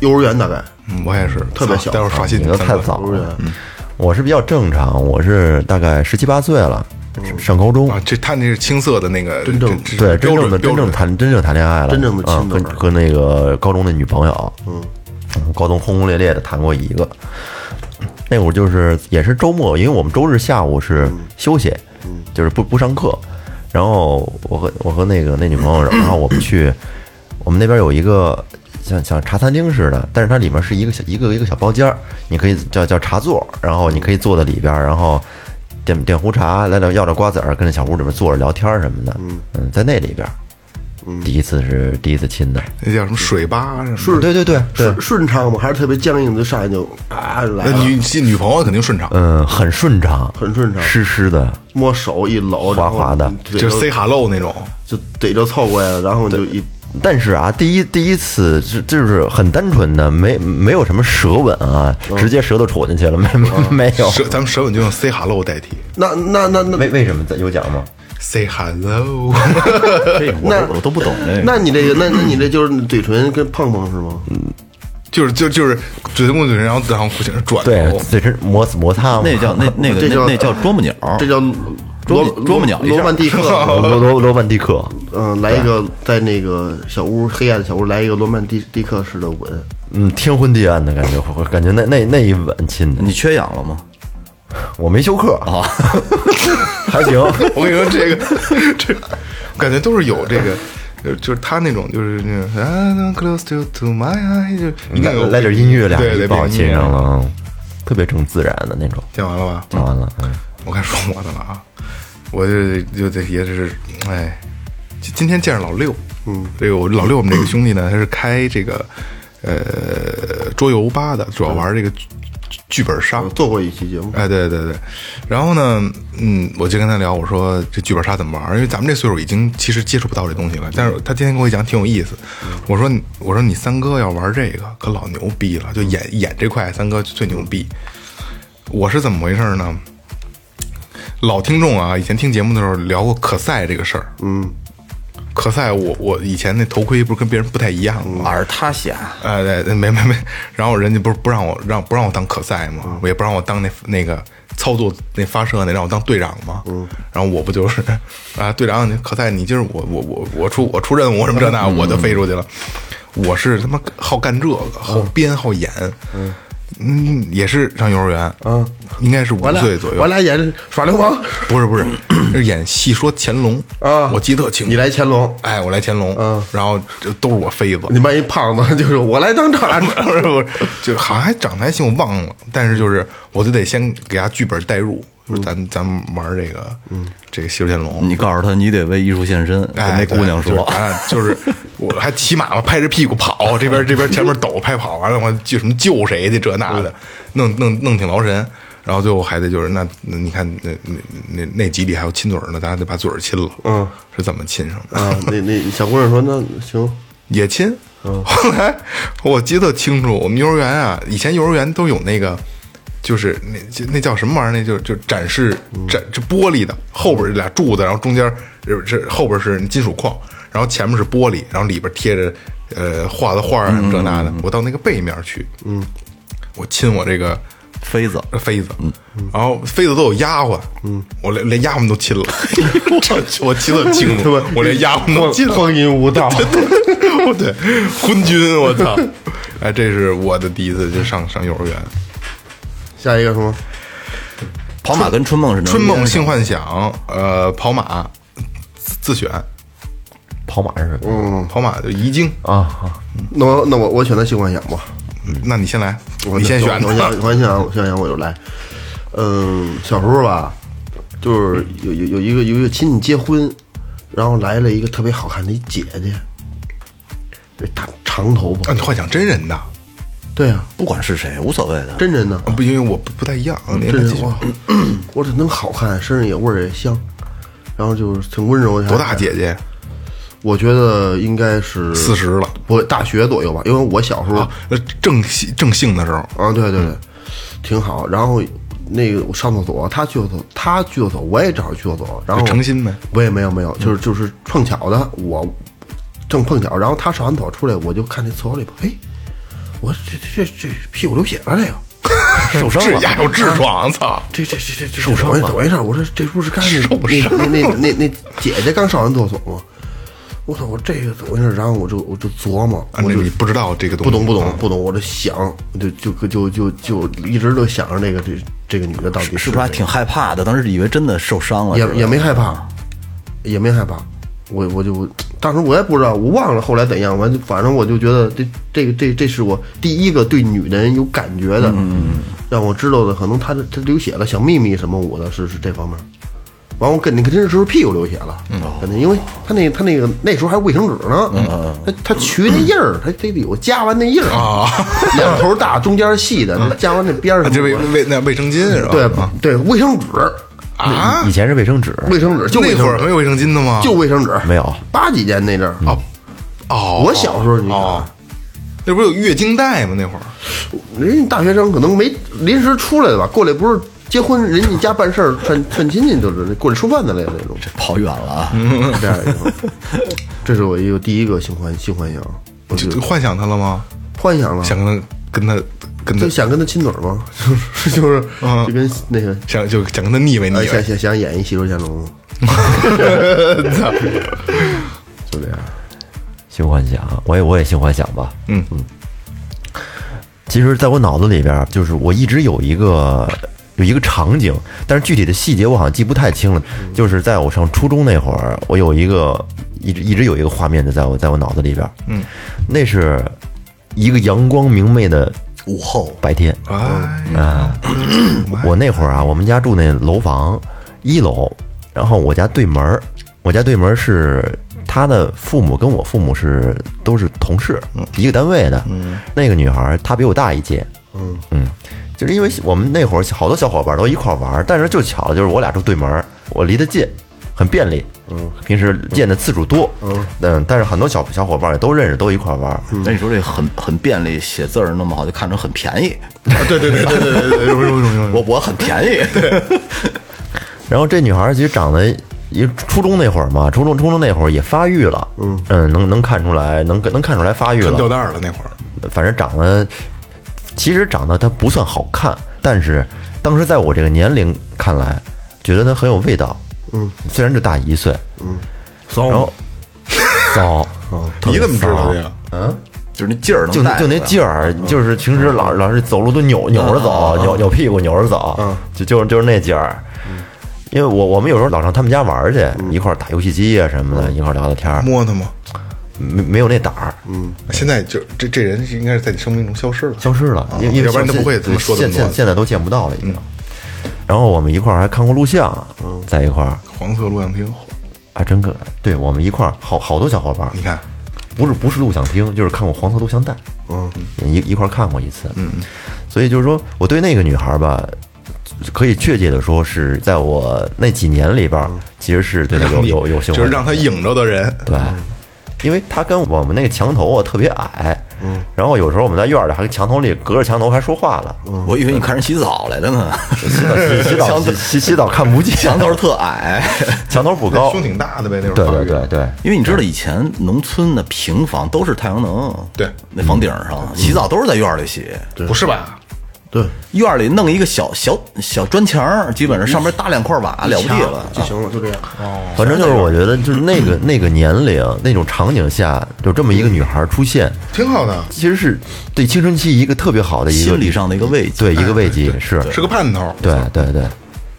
Speaker 5: 幼儿园大概，
Speaker 3: 嗯，我也是，
Speaker 5: 特别小
Speaker 3: 待会儿刷新
Speaker 4: 你都太早
Speaker 5: 幼儿
Speaker 4: 了
Speaker 5: 园。
Speaker 4: 我是比较正常，我是大概十七八岁了，上高中
Speaker 3: 啊！这他那是青涩的那个，
Speaker 5: 真正
Speaker 3: 这
Speaker 4: 对，真
Speaker 3: 标
Speaker 4: 正
Speaker 3: 准
Speaker 4: 的真正
Speaker 3: 标准
Speaker 4: 谈真正谈恋爱了，
Speaker 5: 真正的亲
Speaker 4: 嗯
Speaker 5: 嘴儿
Speaker 4: 跟和那个高中那女朋友，嗯，高中轰轰烈烈的谈过一个。那会儿就是也是周末，因为我们周日下午是
Speaker 5: 嗯
Speaker 4: 休息，就是不不上课。然后我和我和那个那女朋友，然后我们去我们那边有一个像像茶餐厅似的，但是它里面是一个小一个一个小包间儿，你可以叫叫茶座，然后你可以坐在里边儿，然后点点壶茶，来点要点瓜子儿，跟那小屋里面坐着聊天儿什么的。嗯，在那里边儿，第一次是第一次亲的，
Speaker 3: 那叫什么水吧什么的？
Speaker 4: 对对对对，
Speaker 5: 顺顺畅吗？还是特别僵硬的上来就啊来
Speaker 3: 那
Speaker 5: 了，
Speaker 3: 女女朋友肯定顺畅，
Speaker 4: 嗯，很顺畅，
Speaker 5: 很顺畅
Speaker 4: 湿湿的，
Speaker 5: 摸手一搂，
Speaker 4: 滑滑的
Speaker 5: 然后
Speaker 3: 就
Speaker 5: 就是
Speaker 3: say hello 那种。
Speaker 5: 就逮着凑过来了，然后你就一
Speaker 4: 但是啊，第一第一次这就是很单纯的，没没有什么舌吻啊，直接舌头戳进去了，没没有，
Speaker 3: 舌咱们舌吻就用 say hello 代替
Speaker 5: 那那那那
Speaker 4: 为为什么有奖吗？
Speaker 3: say hello，
Speaker 6: 这我
Speaker 5: 那
Speaker 6: 都我都不懂这个。
Speaker 5: 那你这个，那那你这就是嘴唇跟碰碰是吗？
Speaker 3: 就是就就是嘴动嘴，然后然后互相转
Speaker 4: 对
Speaker 3: 头，，
Speaker 4: 嘴唇摩摩擦嘛，
Speaker 6: 那叫那那个
Speaker 5: 这叫
Speaker 6: 那那叫啄木鸟，
Speaker 5: 这叫
Speaker 6: 啄
Speaker 5: 罗
Speaker 6: 木啄木鸟一下
Speaker 5: 罗曼蒂克。
Speaker 4: 罗罗罗罗曼蒂克，
Speaker 5: 嗯，来一个在那个小屋黑暗的小屋来一个罗曼蒂蒂克式的吻，
Speaker 4: 嗯，天昏地暗的感觉，我感觉那那那一吻亲的，
Speaker 6: 你缺氧了吗？
Speaker 4: 我没休克嗯 啊，还行，
Speaker 3: 我跟你说这个这感觉都是有这个。呃就是他那种，就是那种啊，close to to my eye，就一定
Speaker 4: 来
Speaker 3: 有
Speaker 4: 来点音乐，俩
Speaker 3: 对
Speaker 4: 人
Speaker 3: 对，
Speaker 4: 抱我
Speaker 3: 点音
Speaker 4: 亲
Speaker 3: 乐
Speaker 4: 上了，啊，特别正自然的那种，
Speaker 3: 讲完了吧？
Speaker 4: 讲完了，嗯
Speaker 3: 我该说我的了啊，我就就这也是，哎，今今天见着老六，嗯，这个我老六我们这个兄弟呢，他是开这个呃桌游吧的，主要玩这个剧剧本杀，
Speaker 5: 啊做过一期节目。
Speaker 3: 哎，对对对，然后呢，嗯，我就跟他聊，我说这剧本杀怎么玩儿？因为咱们这岁数已经其实接触不到这东西了。但是他今天跟我讲挺有意思，我说你我说你三哥要玩这个可老牛逼了，就演演这块三哥最牛逼。我是怎么回事儿呢？老听众啊，以前听节目的时候聊过可赛这个事儿，嗯，可赛我我以前那头盔不是跟别人不太一样吗？
Speaker 6: 尔他峡，
Speaker 3: 哎，对，对没没没，然后人家不是不让我让不让我当可赛
Speaker 5: 嗯
Speaker 3: 嘛，我也不让我当那那个操作那发射那让我当队长嘛，
Speaker 5: 嗯
Speaker 3: 然后我不就是啊队长你可赛你今儿我我我我出我出任务什么这那
Speaker 5: 嗯
Speaker 3: 我就飞出去了，我是他妈好干这个好编好演，嗯也是上幼儿园，嗯应该是五
Speaker 5: 我俩
Speaker 3: 岁左右
Speaker 5: 我，俩演耍流氓，
Speaker 3: 不是不是是演戏说乾隆
Speaker 5: 啊
Speaker 3: 我记得特清，
Speaker 5: 你来乾隆，
Speaker 3: 哎我来乾隆，然后就都是我飞子，
Speaker 5: 你扮一胖子，就是我来当厂
Speaker 3: 不
Speaker 5: 长。
Speaker 3: 是不是，就好像还长得还行，我忘了。但是就是，我就得先给他剧本带入，说咱们咱们玩这个，这个《西游天龙》。
Speaker 6: 你告诉他你得为艺术献身，跟
Speaker 3: 哎，
Speaker 6: 那姑娘
Speaker 3: 对
Speaker 6: 说，
Speaker 3: 就是咱俩就是我还骑马嘛，拍着屁股跑，这边这边前面抖拍跑，完了我就什么救谁去这那的，弄弄弄挺劳神。然后最后还得就是那那你看那那那那集里还有亲嘴儿呢，咱还得把嘴儿亲了。嗯，是怎么亲上的？
Speaker 5: 啊，那那小姑娘说那 行，
Speaker 3: 也亲。后来我记得清楚，我们幼儿园啊，以前幼儿园都有那个，就是那就那叫什么玩意儿？那就就展示展这玻璃的，后边儿俩柱子，然后中间儿这这后边儿是金属框，然后前面是玻璃，然后里边儿贴着呃画的画儿啊这那的。我到那个背面去，嗯，我亲我这个
Speaker 6: 妃子，
Speaker 3: 妃子，然后妃子都有丫鬟，嗯，我连连丫鬟都 亲了，我记得很清楚，我连丫鬟都亲了，
Speaker 5: 荒淫无道，
Speaker 3: 我对，昏君，我操！哎，这是我的第一次就上上幼儿园，
Speaker 5: 下一个什么？
Speaker 6: 跑马跟春梦是能
Speaker 3: 《春梦
Speaker 6: 连上
Speaker 3: 性幻想》呃，跑马自自选，
Speaker 4: 跑马是什么
Speaker 3: 嗯，跑马就遗精，
Speaker 4: 啊啊，
Speaker 5: 那我那我我选择性幻想吧，
Speaker 3: 那你先来，
Speaker 5: 我
Speaker 3: 你先选
Speaker 5: 我想
Speaker 3: 的，
Speaker 5: 我想想想我就来。嗯，小时候吧，就是有有有一个有一个亲戚结婚，然后来了一个特别好看的一姐姐，这大长头
Speaker 3: 啊，
Speaker 5: 发
Speaker 3: 你，幻想真人的，啊
Speaker 5: 对啊，
Speaker 6: 不管是谁无所谓的，
Speaker 5: 真人呢，
Speaker 3: 不，因为我不不太一样，你
Speaker 5: 嗯真
Speaker 3: 继
Speaker 5: 人
Speaker 3: 续
Speaker 5: 哇， 我这能好看，身上也味儿也香，然后就是挺温柔的。
Speaker 3: 多大？姐姐？
Speaker 5: 我觉得应该是
Speaker 3: 四十了
Speaker 5: 不大学左右吧，因为我小时候
Speaker 3: 啊，嗯呃正性正性的时候，
Speaker 5: 啊，对对对，挺好。然后那个我上厕所，他去厕所，他去厕所，我也找着去厕所。然后
Speaker 3: 就诚心呗嗯
Speaker 5: 我也没有没有，就是就是碰巧的，我正碰巧，然后他上完厕所出来，我就看那厕所里边，哎，我这这这这屁股流血了，这个
Speaker 4: 受伤
Speaker 3: 这
Speaker 4: 了，
Speaker 3: 家有痔疮，操！
Speaker 5: 这这这这这受伤了，怎么回事？我说这不是刚才那那那那那姐姐刚上完厕所吗？我操！我这个怎么回事？然后我就我就琢磨，
Speaker 3: 啊，
Speaker 5: 我
Speaker 3: 那
Speaker 5: 就
Speaker 3: 你不知道这个东西，
Speaker 5: 不懂不懂
Speaker 3: 啊，
Speaker 5: 不懂，我就想，我就就就就就一直都想着那个这这个女的到底
Speaker 6: 是
Speaker 5: 是
Speaker 6: 不是还
Speaker 5: 谁
Speaker 6: 挺害怕的？当时以为真的受伤
Speaker 3: 啊
Speaker 6: 了，
Speaker 5: 也
Speaker 6: 是吧
Speaker 5: 也没害怕，也没害怕。我我就当时我也不知道，我忘了后来怎样，完就反正我就觉得这这个这这是我第一个对女人有感觉
Speaker 3: 嗯
Speaker 5: 的，让我知道的可能她的她流血了小秘密什么我的是是这方面。完我跟你肯定是屁股流血了，
Speaker 3: 嗯
Speaker 5: 肯定因为她那她那个那时候还有卫生纸呢，她她取那印儿，她得得有夹完那印儿
Speaker 3: 嗯啊，
Speaker 5: 两头大中间细的， 夹完那边儿
Speaker 3: 啊
Speaker 5: 上
Speaker 3: 这卫卫那卫生巾是吧？
Speaker 5: 对对卫生纸
Speaker 3: 啊，
Speaker 4: 以前是卫生纸，
Speaker 5: 卫生纸就
Speaker 3: 那
Speaker 5: 卫生
Speaker 3: 会儿
Speaker 5: 纸
Speaker 3: 啊没有卫生巾的吗？
Speaker 5: 就卫生纸
Speaker 4: 没有
Speaker 5: 八几年那阵儿
Speaker 3: 啊啊，哦，
Speaker 5: 我小时候你看
Speaker 3: 哦，那不是有月经带吗？那会儿
Speaker 5: 人家大学生可能没临时出来的吧，过来不是结婚，人家家办事儿串 串亲戚就是过来吃饭的来的 那种，
Speaker 6: 跑远了啊！
Speaker 3: 嗯
Speaker 5: 这样一种。这是我一个第一个性幻性幻想，我就
Speaker 4: 嗯
Speaker 3: 就幻想他了吗？
Speaker 5: 幻想了，
Speaker 3: 想跟他跟他跟他
Speaker 5: 就想跟他亲嘴儿吗？ 就是就是
Speaker 3: 嗯
Speaker 5: 就跟那个
Speaker 3: 想就想跟他腻歪腻
Speaker 5: 呃想
Speaker 4: 哎
Speaker 3: 歪，
Speaker 5: 想想演一戏说乾隆，就这样。
Speaker 4: 性幻想，我也我也性幻想吧。
Speaker 3: 嗯
Speaker 4: 嗯。其实，在我脑子里边儿，就是我一直有一个有一个场景，但是具体的细节我好像记不太清了。就是在我上初中那会儿，我有一个一直一直有一个画面的，在我在我脑子里边。嗯，那是一个阳光明媚的
Speaker 6: 午后
Speaker 4: 白天，
Speaker 3: 哎呀，
Speaker 4: 嗯我那会儿啊，我们家住那楼房一楼，然后我家对门儿，我家对门儿是他的父母跟我父母是都是同事，一个单位的。那个女孩儿她比我大一届，嗯就是因为我们那会儿好多小伙伴都一块儿玩儿，但是就巧了，就是我俩住对门儿，我离得近，很便利。嗯，平时见的次数多。嗯，但是很多小小伙伴也都认识，都一块儿玩儿。
Speaker 6: 那你说这很很便利，写字儿那么好，就看着很便宜。
Speaker 3: 啊对对对对对对对，有有有有有，
Speaker 6: 我我很便宜，
Speaker 4: 然后这女孩儿其实长得也初中那会儿嘛，初中初中那会儿也发育了，嗯能能看出来，能能看出来发育
Speaker 3: 穿吊
Speaker 4: 了，
Speaker 3: 带儿了那会儿，
Speaker 4: 反正长得其实长得她不算好看，但是当时在我这个年龄看来，觉得她很有味道，嗯，虽然就大一岁，嗯，骚，然后骚，特别
Speaker 3: 啊你怎么知道
Speaker 4: 骚啊
Speaker 3: 的呀？？
Speaker 6: 就是那劲儿能
Speaker 4: 就
Speaker 6: 带
Speaker 4: 就那劲儿，就是平时
Speaker 3: 嗯
Speaker 4: 老老是走路都扭扭着走，扭扭屁股扭着走，就就是就是那劲儿。
Speaker 3: 嗯
Speaker 4: 因为我我们有时候老上他们家玩儿去，一块儿打游戏机啊什么
Speaker 3: 嗯
Speaker 4: 的，一块儿聊聊天儿，
Speaker 3: 摸他吗？
Speaker 4: 没没有那胆儿，
Speaker 3: 嗯现在就这这人是应该是在你生命中消失了，
Speaker 4: 消失了，因因为
Speaker 3: 啊要不然他不会这么说这
Speaker 4: 现
Speaker 3: 么多嗯
Speaker 4: 现现在都见不到了已经。然后我们一块儿还看过录像，在一块儿
Speaker 3: 黄色录像厅，
Speaker 4: 还真个对我们一块儿好好多小伙伴儿，
Speaker 3: 你看
Speaker 4: 不是不是录像厅，就是看过黄色录像带，嗯，一一块儿看过一次，嗯，所以就是说我对那个女孩儿吧，可以确切的说是在我那几年里边儿，其实是对她有
Speaker 3: 你
Speaker 4: 有有兴
Speaker 3: 就是让他影着的人，
Speaker 4: 对，因为她跟我们那个墙头啊特别矮，嗯，然后有时候我们在院儿里还跟墙头里隔着墙头还说话了，
Speaker 6: 我以为你看人洗澡来 了呢，
Speaker 4: 洗澡洗洗澡洗洗洗澡看不见，
Speaker 6: 墙头儿特矮。
Speaker 4: 墙头不高
Speaker 3: 胸，挺大的呗，那会
Speaker 4: 对
Speaker 3: 儿发
Speaker 4: 哦对
Speaker 3: 育
Speaker 4: 对对，
Speaker 6: 因为你知道以前农村的平房都是太阳能，
Speaker 3: 对
Speaker 6: 那房顶上洗澡都是在院儿里洗，
Speaker 3: 不是吧？
Speaker 5: 对，
Speaker 6: 院儿里弄一个小小小砖墙儿，基本上上面搭两块瓦，了不地了。啊
Speaker 5: 就行了，就这样。
Speaker 4: 反正就是我觉得就是那个那个年龄那种场景下，有这么一个女孩儿出现。
Speaker 3: 挺好的，
Speaker 4: 其实是对青春期一个特别好的一个
Speaker 6: 心理上的一个慰藉
Speaker 4: 哎对一个慰藉是，
Speaker 3: 是个盼头。
Speaker 4: 对对对。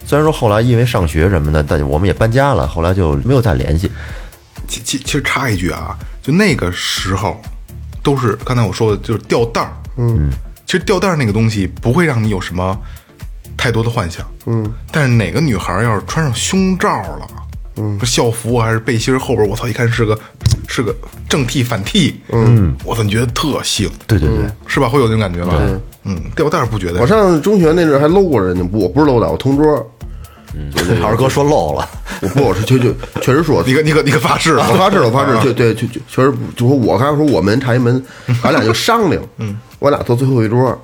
Speaker 4: 虽然说后来因为上学什么的，但我们也搬家了，后来就没有再联系。
Speaker 3: 其其其实插一句啊，就那个时候，都是刚才我说的，就是吊带儿。嗯，其实吊带儿那个东西不会让你有什么太多的幻想。嗯，但是哪个女孩要是穿上胸罩了，嗯，校服还是背心儿后边，我操，一看是个是个正 T 反 T，嗯，我操，你觉得特性
Speaker 4: 对对对，
Speaker 3: 是吧？会有那种感觉吧？嗯，吊带儿不觉得
Speaker 5: 我？上中学那阵儿还搂过人家，不，我不是搂的，我同桌，
Speaker 6: 老师哥说漏了，
Speaker 5: 我不，我是就就确实说，
Speaker 3: 你可你可你可发誓了，
Speaker 5: 我发誓了，我发
Speaker 3: 啊
Speaker 5: 誓，对对，就就确实不，就说我刚才说我门插一门，俺俩就商量，嗯， 我俩坐最后一桌，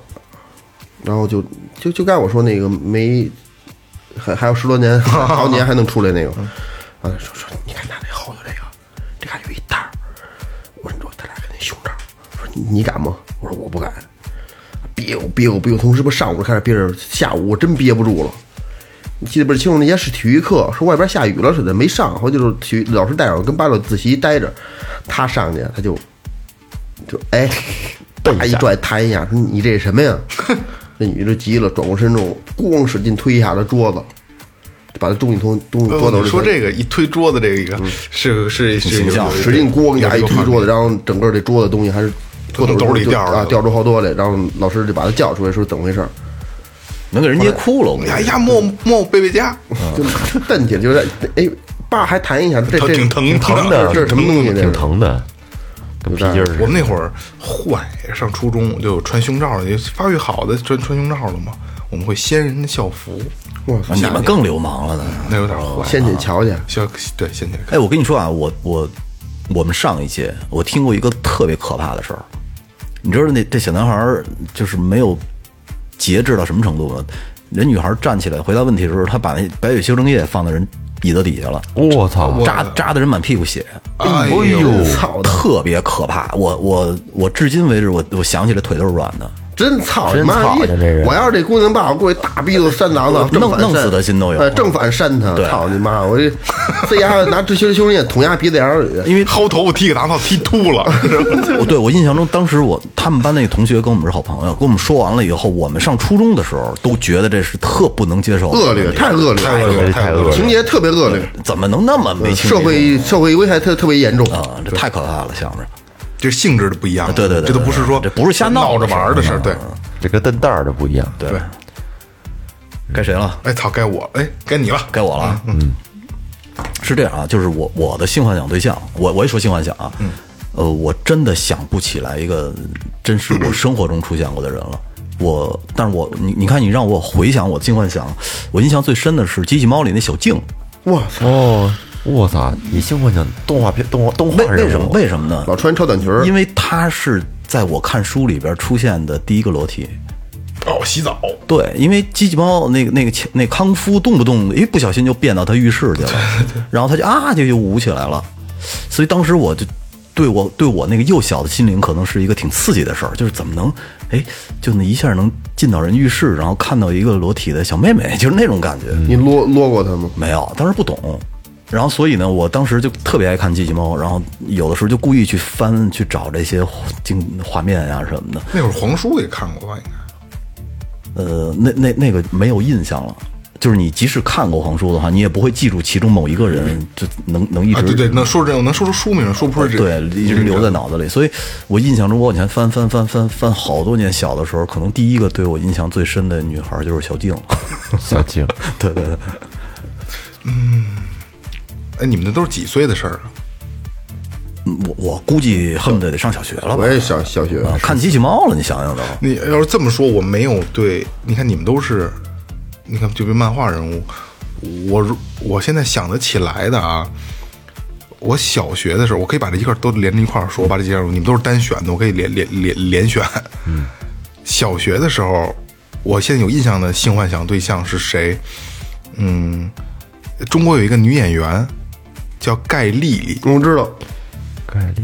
Speaker 5: 然后就就就该我说那个没，还还有十多 年，好几年还能出来那个，啊，说说你看他这后头这个，这还有一袋儿，我说你说他俩肯定胸罩，我说你你敢吗？我说我不敢，憋我憋我憋我，从是不是上午就开始憋着，下午我真憋不住了。记得倍儿清楚，那天是体育课，说外边下雨了似的，没上。后来就是体育老师带着我跟八六自习待着，他上去他就就 哎，大一拽他一下，说你这什么呀？ 那女的就急了，转过身之后，咣使劲推一下他桌子，把他东西从东西桌子
Speaker 3: 呃
Speaker 5: 里
Speaker 3: 你说这个一推桌子，这
Speaker 5: 嗯
Speaker 3: 个是是是
Speaker 6: 形象
Speaker 3: 有有
Speaker 5: 使劲咣给他一
Speaker 3: 有这个画
Speaker 5: 推
Speaker 3: 面
Speaker 5: 桌子，然后整个这桌子东西还是
Speaker 3: 从
Speaker 5: 就
Speaker 3: 兜里
Speaker 5: 就
Speaker 3: 掉出来
Speaker 5: 啊，
Speaker 3: 了
Speaker 5: 掉出好多来。然后老师就把他叫出来，说怎么回事儿？
Speaker 6: 能给人噎哭了。我跟你
Speaker 3: 哎
Speaker 6: 说，
Speaker 3: 呀，摸摸我贝贝家，
Speaker 5: 就蹬起来，就是哎，爸还弹一下，这这
Speaker 3: 挺疼
Speaker 5: 挺
Speaker 3: 疼
Speaker 4: 的
Speaker 5: 这是什么东西？这是
Speaker 4: 挺疼的，跟皮筋嗯儿似
Speaker 3: 我
Speaker 4: 的。
Speaker 3: 们那会儿坏，上初中我就有穿胸罩了，也发育好的穿穿胸罩了嘛。我们会掀人的校服，
Speaker 5: 哇塞！
Speaker 6: 啊你们更流氓了呢。哦
Speaker 3: 那有点坏。
Speaker 5: 先去瞧去。
Speaker 3: 校对掀起来看，
Speaker 6: 哎，我跟你说啊，我我我们上一届我听过一个特别可怕的事儿，你知道那这小男孩儿就是没有节制到什么程度吗？人女孩儿站起来回答问题的时候，她把那白雪修正液放在人椅子底下了，
Speaker 4: 我操！
Speaker 6: 扎扎的人满屁股血。
Speaker 3: 哎
Speaker 5: 呦，操的，
Speaker 6: 特别可怕。我我我至今为止，我我想起来腿都是软 的，
Speaker 5: 真操你
Speaker 4: 真
Speaker 5: 妈
Speaker 4: 操
Speaker 5: 逼
Speaker 4: 的这人！
Speaker 5: 我要是这姑娘爸，我过去大逼斗扇囊子，正反扇
Speaker 6: 弄死她心都有
Speaker 5: 呃正反扇他，
Speaker 6: 对
Speaker 5: 操你妈！我这这丫拿直球胸也捅丫鼻子眼儿里，
Speaker 6: 因为
Speaker 3: 薅头发剃个大脑剃秃了，
Speaker 6: 我对我印象中，当时我他们班那个同学跟我们是好朋友，跟我们说完了以后，我们上初中的时候都觉得这是特不能接受的，
Speaker 5: 恶劣，太恶劣，
Speaker 3: 太恶劣，太恶劣
Speaker 5: 情
Speaker 3: 了。
Speaker 5: 节特别恶劣，
Speaker 6: 怎么能那么没情
Speaker 5: 社会社会危害特特别严重。
Speaker 6: 啊？这太可怕了，想着
Speaker 3: 这性质都不一样了，
Speaker 6: 对对对
Speaker 3: 这都不是说
Speaker 6: 对对对这不是瞎
Speaker 3: 闹
Speaker 6: 闹的
Speaker 3: 着
Speaker 6: 事儿嗯
Speaker 3: 玩儿的事儿，对
Speaker 4: 这跟蹬蛋儿的不一样。
Speaker 6: 对
Speaker 3: 对。
Speaker 6: 该谁了？
Speaker 3: 哎操，该我了，哎，该你了，
Speaker 6: 该我了。嗯，是这样啊，就是我我的性幻想对象，我我一说性幻想啊，呃，我真的想不起来一个真是我生活中出现过的人了。我，但是我你你看，你让我回想我的性幻想，我印象最深的是《机器猫》里那小静，
Speaker 5: 哇操，
Speaker 4: 哦，我操！你兴幻想动画片、动画动
Speaker 6: 为
Speaker 4: 画人
Speaker 6: 为什么
Speaker 4: 物
Speaker 6: 为什么呢？
Speaker 5: 老穿超短裙儿
Speaker 6: 因，为她是在我看书里边出现的第一个裸体。
Speaker 3: 哦，洗澡，
Speaker 6: 对，因为机器猫那个那个前那康夫动不动一不小心就变到他浴室去了，然后他就啊就就舞起来了，所以当时我就对我对我那个幼小的心灵可能是一个挺刺激的事儿，就是怎么能哎就那一下能进到人浴室，然后看到一个裸体的小妹妹，就是那种感觉。
Speaker 5: 你撸撸过他吗？
Speaker 6: 没有，当时不懂。然后，所以呢，我当时就特别爱看机器猫，然后有的时候就故意去翻去找这些镜画面呀、什么的。
Speaker 3: 那会儿黄叔也看过吧？应该
Speaker 6: 呃，那那那个没有印象了。就是你即使看过黄书的话，你也不会记住其中某一个人，就能能一直、
Speaker 3: 啊，对对，能说出这种，能说出书名，说不出这
Speaker 6: 对一直留在脑子里。所以我印象中，我往前翻翻翻翻翻好多年，小的时候，可能第一个对我印象最深的女孩就是小静。
Speaker 4: 小静，
Speaker 6: 对对对，
Speaker 3: 哎，你们那都是几岁的事儿啊？
Speaker 6: 嗯我我估计恨不得得上小学了吧
Speaker 5: 我？也小小学，
Speaker 6: 啊，看机器猫了，你想想都。
Speaker 3: 你要是这么说，我没有对，你看你们都是，你看就比如漫画人物，我如我现在想得起来的啊，我小学的时候，我可以把这一块儿都连着一块儿说，我把这几样你们都是单选的，我可以连连连连选。嗯， 小学的时候，我现在有印象的性幻想对象是谁？嗯，中国有一个女演员叫盖丽丽，
Speaker 5: 我知道，
Speaker 4: 盖丽，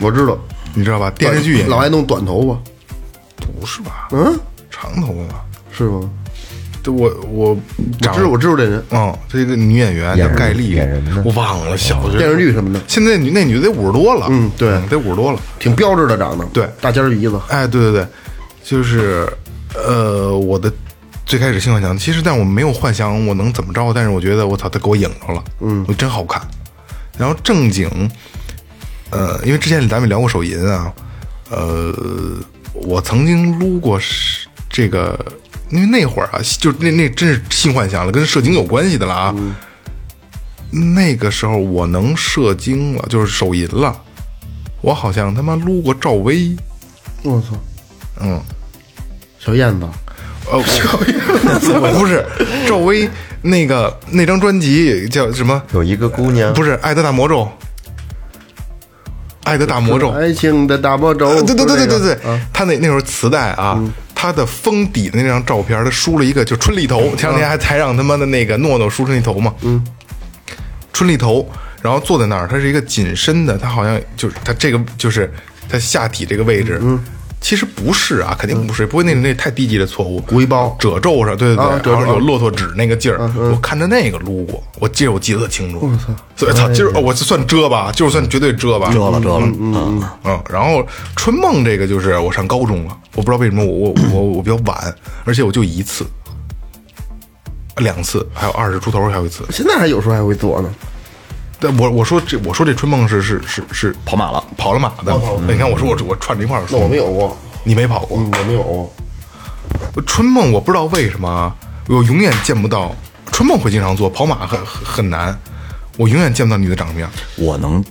Speaker 5: 我知道，
Speaker 3: 你知道吧？电视剧演员
Speaker 5: 老爱弄短头发，
Speaker 3: 不是吧？
Speaker 5: 嗯，
Speaker 3: 长头发吧？
Speaker 5: 是吗？
Speaker 3: 这我我
Speaker 5: 我
Speaker 3: 长
Speaker 5: 知道，我知道这人，
Speaker 3: 嗯，这个女演员叫
Speaker 4: 演人
Speaker 3: 盖丽，
Speaker 4: 演人呢
Speaker 3: 我忘了小学
Speaker 5: 电视剧什么的，
Speaker 3: 现在女那女的得五十多了，
Speaker 5: 嗯对
Speaker 3: 得五十多了。
Speaker 5: 挺标致的长得，
Speaker 3: 对
Speaker 5: 大尖儿鼻子，
Speaker 3: 哎，对对对，就是呃，我的最开始性幻想，其实但我没有幻想我能怎么着，但是我觉得我操，他给我影着了，嗯，真好看。然后正经，呃，因为之前咱们聊过手淫啊，呃，我曾经撸过是这个，因为那会儿啊，就那那真是性幻想了，跟射精有关系的了啊。那个时候我能射精了，就是手淫了。我好像他妈撸过赵薇，
Speaker 5: 我操，
Speaker 3: 嗯，
Speaker 5: 小燕子，
Speaker 3: 呃，我我 不是赵薇那个那张专辑叫什么？
Speaker 4: 有一个姑娘，
Speaker 3: 不是《爱的大魔咒》，《爱的大魔咒》
Speaker 5: 爱情的大魔咒
Speaker 3: 呃。， 对对对对对对
Speaker 5: 不是那个啊，嗯
Speaker 3: 他那那时候磁带啊，他的封底的那张照片，他梳了一个就春丽
Speaker 5: 嗯
Speaker 3: 头，前两天还才让他妈的那个诺诺梳春丽头嘛，嗯，春丽头，然后坐在那儿，他是一个紧身的，他好像就是他这个就是他下体这个位置，嗯。其实不是啊，肯定不是，不会那那太低级的错误。
Speaker 5: 一包
Speaker 3: 褶皱上，对对
Speaker 5: 啊
Speaker 3: 对，
Speaker 5: 褶皱嗯
Speaker 3: 然后有骆驼纸那个劲儿，我看着那个撸过，我记得我记得特清楚。我操！所以操，
Speaker 5: 哎
Speaker 3: 今儿哦我算遮吧，就是算绝对遮吧，
Speaker 6: 遮了遮了，嗯，
Speaker 3: 嗯，然后春梦这个就是我上高中了，我不知道为什么我我我我比较晚，而且我就一次、两次，还有二十出头还有一次。
Speaker 5: 现在还有时候还会做呢，
Speaker 3: 但我我说这我说这春梦是是是是
Speaker 6: 跑马了，
Speaker 3: 哦跑了马的，你看我说我我串这一块儿
Speaker 5: 那
Speaker 3: 说，
Speaker 5: 我没有过，
Speaker 3: 你没跑过。
Speaker 5: 嗯，我没有过，
Speaker 3: 春梦我不知道为什么啊，我永远见不到春梦会经常做，跑马很很很难，我永远见不到你的长相。
Speaker 6: 我能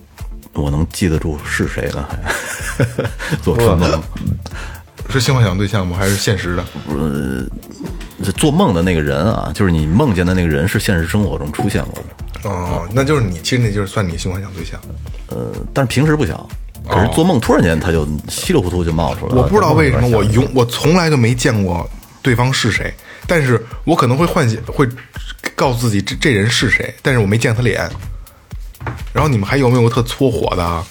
Speaker 6: 我能记得住是谁呢？还 做春梦。
Speaker 3: 是性幻想对象吗？还是现实的？
Speaker 6: 这做梦的那个人啊，就是你梦见的那个人是现实生活中出现过的。
Speaker 3: 哦，那就是你，其实那就是算你性幻想对象。
Speaker 6: 呃，但是平时不想，可是做梦突然间他就稀里糊涂就冒出来了。
Speaker 3: 我不知道为什么，我永我从来就没见过对方是谁，但是我可能会幻想，会告诉自己这这人是谁，但是我没见他脸。然后你们还有没有特搓火的啊？